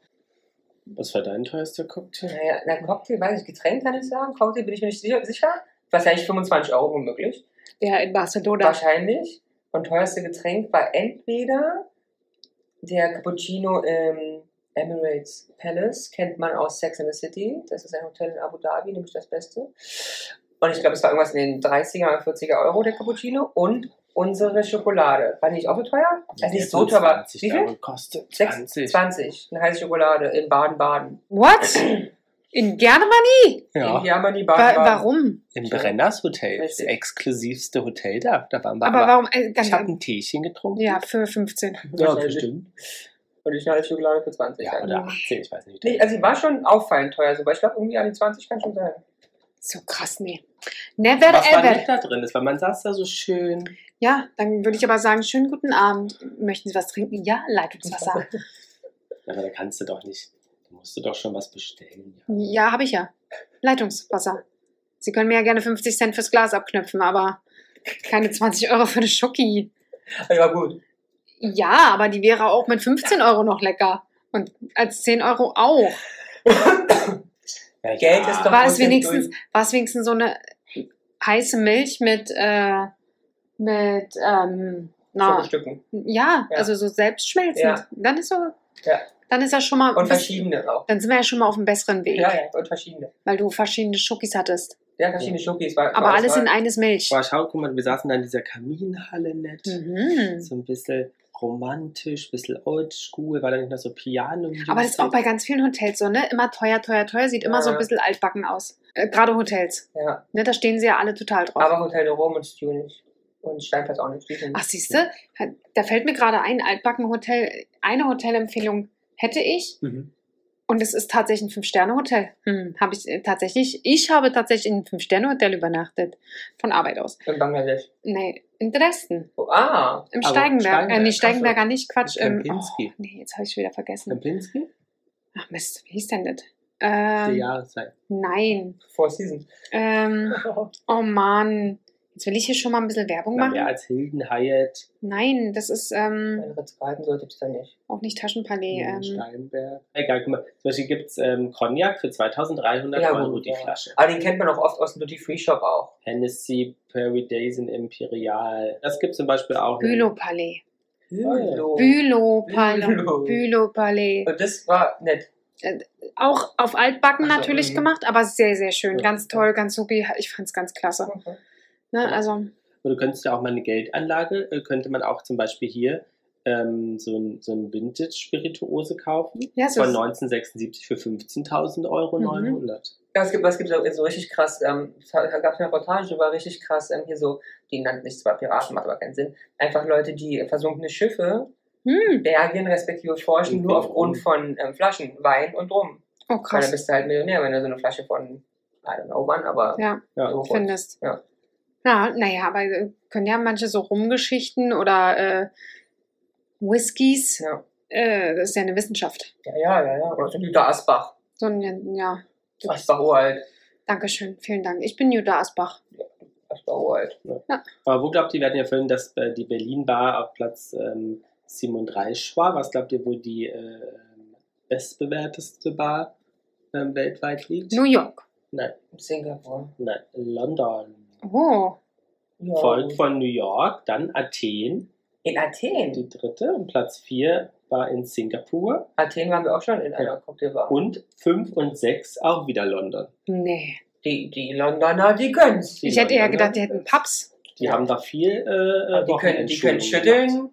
[SPEAKER 4] Was war dein teuerster Cocktail?
[SPEAKER 1] Naja, na, Cocktail weiß ich, Getränk kann ich sagen. Cocktail bin ich mir nicht sicher. sicher. Wahrscheinlich 25 Euro womöglich.
[SPEAKER 2] Der in Barcelona.
[SPEAKER 1] Wahrscheinlich. Und teuerste Getränk war entweder der Cappuccino im Emirates Palace, kennt man aus Sex and the City. Das ist ein Hotel in Abu Dhabi, nämlich das Beste. Und ich glaube, es war irgendwas in den 30er oder 40er Euro, der Cappuccino. Und unsere Schokolade. War die nicht auch so teuer? Also nicht so teuer, aber wie
[SPEAKER 4] 20
[SPEAKER 1] viel?
[SPEAKER 4] Euro kostet.
[SPEAKER 1] 6,
[SPEAKER 4] 20.
[SPEAKER 1] 20. Eine heiße Schokolade in Baden-Baden.
[SPEAKER 2] What? In Germany?
[SPEAKER 1] In
[SPEAKER 4] Ja.
[SPEAKER 1] Germany,
[SPEAKER 2] Wa
[SPEAKER 1] Baden-Baden.
[SPEAKER 2] warum?
[SPEAKER 4] Im Brenners Hotel. Das
[SPEAKER 1] Richtig.
[SPEAKER 4] exklusivste Hotel da. Da waren wir
[SPEAKER 2] Aber,
[SPEAKER 4] aber.
[SPEAKER 2] warum? Äh, ganz,
[SPEAKER 4] ich habe ein Teechen getrunken.
[SPEAKER 2] ja, für 15.
[SPEAKER 4] ja bestimmt.
[SPEAKER 1] Und ich eine Schokolade für 20.
[SPEAKER 4] Ja,
[SPEAKER 1] oder?
[SPEAKER 4] oder 18, ich weiß nicht.
[SPEAKER 1] Nee, also die war schon auffallend teuer, so, aber ich glaube, irgendwie an die 20 kann schon sein.
[SPEAKER 2] So krass, nee. Never
[SPEAKER 4] was war
[SPEAKER 2] ever.
[SPEAKER 4] nicht da drin ist, weil man saß da so schön.
[SPEAKER 2] Ja, dann würde ich aber sagen, schönen guten Abend. Möchten Sie was trinken? Ja, Leitungswasser.
[SPEAKER 4] Aber da kannst du doch nicht. Da musst du doch schon was bestellen.
[SPEAKER 2] Ja, habe ich ja. Leitungswasser. Sie können mir ja gerne 50 Cent fürs Glas abknöpfen, aber keine 20 Euro für eine Schoki.
[SPEAKER 1] Aber die war gut.
[SPEAKER 2] Ja, aber die wäre auch mit 15 Euro noch lecker. Und als 10 Euro auch.
[SPEAKER 4] Ja,
[SPEAKER 1] Geld ist doch-
[SPEAKER 2] War es
[SPEAKER 1] Und den
[SPEAKER 2] wenigstens, war es wenigstens so eine heiße Milch mit, äh, mit, ähm,
[SPEAKER 1] Na.
[SPEAKER 2] na,
[SPEAKER 1] Stücken.
[SPEAKER 2] ja,
[SPEAKER 1] Ja.
[SPEAKER 2] also so selbstschmelzend.
[SPEAKER 1] Ja.
[SPEAKER 2] Dann ist so,
[SPEAKER 1] Ja.
[SPEAKER 2] dann ist ja schon mal,
[SPEAKER 1] Und verschiedene auch.
[SPEAKER 2] dann sind wir ja schon mal auf einem besseren Weg,
[SPEAKER 1] Ja, ja, und verschiedene.
[SPEAKER 2] weil du verschiedene Schockis hattest.
[SPEAKER 1] Ja, verschiedene Schokis. War,
[SPEAKER 2] Aber
[SPEAKER 1] war
[SPEAKER 2] alles
[SPEAKER 1] Auswahl.
[SPEAKER 2] in eines Milch.
[SPEAKER 4] Boah, schau, guck mal, wir saßen da in dieser Kaminhalle nett.
[SPEAKER 2] Mhm.
[SPEAKER 4] So ein bisschen romantisch, ein bisschen oldschool, war da nicht noch so Piano.
[SPEAKER 2] Aber das ist auch bei ganz vielen Hotels so, ne? Immer teuer, teuer, teuer, sieht immer
[SPEAKER 1] Ja.
[SPEAKER 2] so ein bisschen altbacken aus. Äh, Gerade Hotels,
[SPEAKER 1] Ja.
[SPEAKER 2] ne? Da stehen sie ja alle total drauf.
[SPEAKER 1] Aber Hotel de Rom und Stu nicht. Und Steinplatz auch nicht. Die sind-
[SPEAKER 2] Ach, siehste, da fällt mir gerade ein Altbacken-Hotel. Eine Hotelempfehlung hätte ich
[SPEAKER 4] Mhm.
[SPEAKER 2] und es ist tatsächlich ein Fünf-Sterne-Hotel. Hm, habe ich äh, tatsächlich, ich habe tatsächlich in einem Fünf-Sterne-Hotel übernachtet. Von Arbeit aus.
[SPEAKER 1] In Bangladesch.
[SPEAKER 2] Nee, in Dresden.
[SPEAKER 1] Oh, ah.
[SPEAKER 2] Im
[SPEAKER 4] Aber
[SPEAKER 2] Steigenberg. Äh,
[SPEAKER 4] Steigenberg,
[SPEAKER 2] nicht Steigenberger,
[SPEAKER 4] also,
[SPEAKER 2] nicht Quatsch.
[SPEAKER 4] in
[SPEAKER 2] Im, oh,
[SPEAKER 4] Kempinski. Ähm.
[SPEAKER 2] nee, jetzt habe ich wieder vergessen.
[SPEAKER 4] Kempinski?
[SPEAKER 2] Ach Mist, wie hieß denn das?
[SPEAKER 4] Die
[SPEAKER 2] Ähm,
[SPEAKER 4] Jahreszeit.
[SPEAKER 2] nein.
[SPEAKER 1] Four Seasons.
[SPEAKER 2] Ähm, <laughs> oh Mann. Jetzt will ich hier schon mal ein bisschen Werbung
[SPEAKER 4] Na,
[SPEAKER 2] machen.
[SPEAKER 4] mehr als Hilden, Hyatt,
[SPEAKER 2] Nein, das ist ähm,
[SPEAKER 1] Wenn Ritz behalten sollte, es dann nicht.
[SPEAKER 2] auch nicht Taschenpalais.
[SPEAKER 4] Hilden,
[SPEAKER 2] Ähm,
[SPEAKER 4] Steinberg. Egal, guck mal. Zum Beispiel gibt es ähm, Cognac für 2300
[SPEAKER 1] Ja,
[SPEAKER 4] Euro
[SPEAKER 1] gut,
[SPEAKER 4] die
[SPEAKER 1] ja.
[SPEAKER 4] Flasche.
[SPEAKER 1] Aber den kennt man auch oft aus dem Duty Free Shop auch.
[SPEAKER 4] Hennessy, Parisian Imperial. Das gibt zum Beispiel auch.
[SPEAKER 2] Bülow-Palais.
[SPEAKER 1] Hallo.
[SPEAKER 2] Bülow-Palais.
[SPEAKER 1] Bülow. Äh.
[SPEAKER 2] Bülow-Palais.
[SPEAKER 1] Und das war nett.
[SPEAKER 2] Auch auf Altbacken
[SPEAKER 1] Ach so,
[SPEAKER 2] natürlich
[SPEAKER 1] mhm.
[SPEAKER 2] gemacht, aber sehr, sehr schön.
[SPEAKER 4] Ja.
[SPEAKER 2] Ganz toll, ganz supi. Ich fand's ganz klasse. Ne? Also,
[SPEAKER 4] Oder du könntest ja auch mal eine Geldanlage, äh, könnte man auch zum Beispiel hier ähm, so ein, so ein Vintage-Spirituose kaufen.
[SPEAKER 2] ja, so
[SPEAKER 4] Von
[SPEAKER 2] ist,
[SPEAKER 4] 1976 für 15.000 Euro
[SPEAKER 2] Mhm.
[SPEAKER 4] 900.
[SPEAKER 1] Ja, es gibt, was gibt es so richtig krass, ähm, da gab es eine Reportage über richtig krass, ähm, hier so, die nannten sich zwar Piraten, macht aber keinen Sinn, einfach Leute, die versunkene Schiffe
[SPEAKER 2] hm.
[SPEAKER 1] bergen, respektive forschen,
[SPEAKER 4] Und
[SPEAKER 1] nur
[SPEAKER 4] Rum.
[SPEAKER 1] aufgrund von ähm, Flaschen, Wein und Rum.
[SPEAKER 2] Oh,
[SPEAKER 1] Weil dann
[SPEAKER 2] krass.
[SPEAKER 1] bist du halt Millionär, wenn du so eine Flasche von, I don't know wann, aber
[SPEAKER 2] Ja,
[SPEAKER 4] Ja.
[SPEAKER 1] so holst.
[SPEAKER 2] findest.
[SPEAKER 1] Oh Ja.
[SPEAKER 2] Na, naja, aber äh, können ja manche so Rumgeschichten oder äh, Whiskys.
[SPEAKER 1] Ja.
[SPEAKER 2] Äh, das ist ja eine Wissenschaft.
[SPEAKER 1] Ja, ja, ja, ja. Oder so ein Jutta Asbach.
[SPEAKER 2] So ein, ja.
[SPEAKER 1] Asbach uralt.
[SPEAKER 2] Dankeschön, vielen Dank. Ich bin Jutta Asbach.
[SPEAKER 1] Asbach uralt.
[SPEAKER 4] Aber wo glaubt ihr, wir hatten ja vorhin, dass äh, die Berlin-Bar auf Platz ähm, 37 war? Was glaubt ihr, wo die äh, bestbewerteste Bar ähm, weltweit liegt?
[SPEAKER 2] New York.
[SPEAKER 4] Nein,
[SPEAKER 1] Singapur.
[SPEAKER 4] nein, London.
[SPEAKER 2] Oh.
[SPEAKER 1] Ja.
[SPEAKER 4] Folgt von New York, dann Athen,
[SPEAKER 1] In Athen.
[SPEAKER 4] die dritte. Und Platz 4 war in Singapur.
[SPEAKER 1] Athen waren wir auch schon in einer Cocktailbar.
[SPEAKER 4] Und 5 und 6 auch wieder London.
[SPEAKER 2] Nee.
[SPEAKER 1] Die, die Londoner, die können's.
[SPEAKER 4] Die
[SPEAKER 2] ich hätte eher
[SPEAKER 4] Londoner.
[SPEAKER 2] gedacht, die hätten Pubs.
[SPEAKER 4] Die
[SPEAKER 1] Ja.
[SPEAKER 4] haben da viel äh,
[SPEAKER 1] Aber Die können, die können
[SPEAKER 4] Wochenendschulung gemacht.
[SPEAKER 1] schütteln.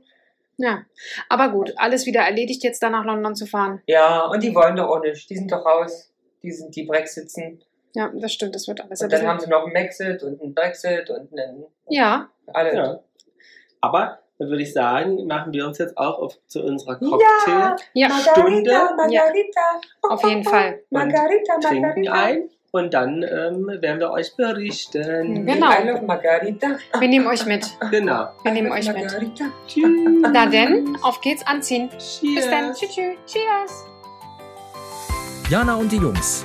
[SPEAKER 2] Ja. Aber gut, alles wieder erledigt, jetzt da nach London zu fahren.
[SPEAKER 1] Ja, und die wollen doch auch nicht. Die sind doch raus. Die sind die Brexiten.
[SPEAKER 2] Ja, das stimmt, das wird alles ein
[SPEAKER 1] Und dann
[SPEAKER 2] bisschen-
[SPEAKER 1] haben sie noch einen Brexit und einen Brexit und einen.
[SPEAKER 2] Ja,
[SPEAKER 1] Alle.
[SPEAKER 4] Ja. Aber dann würde ich sagen, machen wir uns jetzt auch auf zu unserer
[SPEAKER 1] Ja.
[SPEAKER 4] Cocktail.
[SPEAKER 2] ja,
[SPEAKER 4] Stunde.
[SPEAKER 1] Margarita.
[SPEAKER 2] auf jeden Fall.
[SPEAKER 1] Margarita,
[SPEAKER 4] trinken
[SPEAKER 1] Margarita.
[SPEAKER 4] ein und dann ähm, werden wir euch berichten.
[SPEAKER 2] Genau.
[SPEAKER 1] I love Margarita.
[SPEAKER 2] Wir nehmen euch mit.
[SPEAKER 1] <laughs>
[SPEAKER 4] Genau.
[SPEAKER 1] I
[SPEAKER 2] Wir nehmen
[SPEAKER 1] love
[SPEAKER 2] euch mit.
[SPEAKER 1] Margarita.
[SPEAKER 4] Tschüss.
[SPEAKER 2] Na denn, auf geht's anziehen. Bis
[SPEAKER 4] Cheers.
[SPEAKER 2] dann. Tschüss. tschüss. Cheers.
[SPEAKER 3] Jana und die Jungs.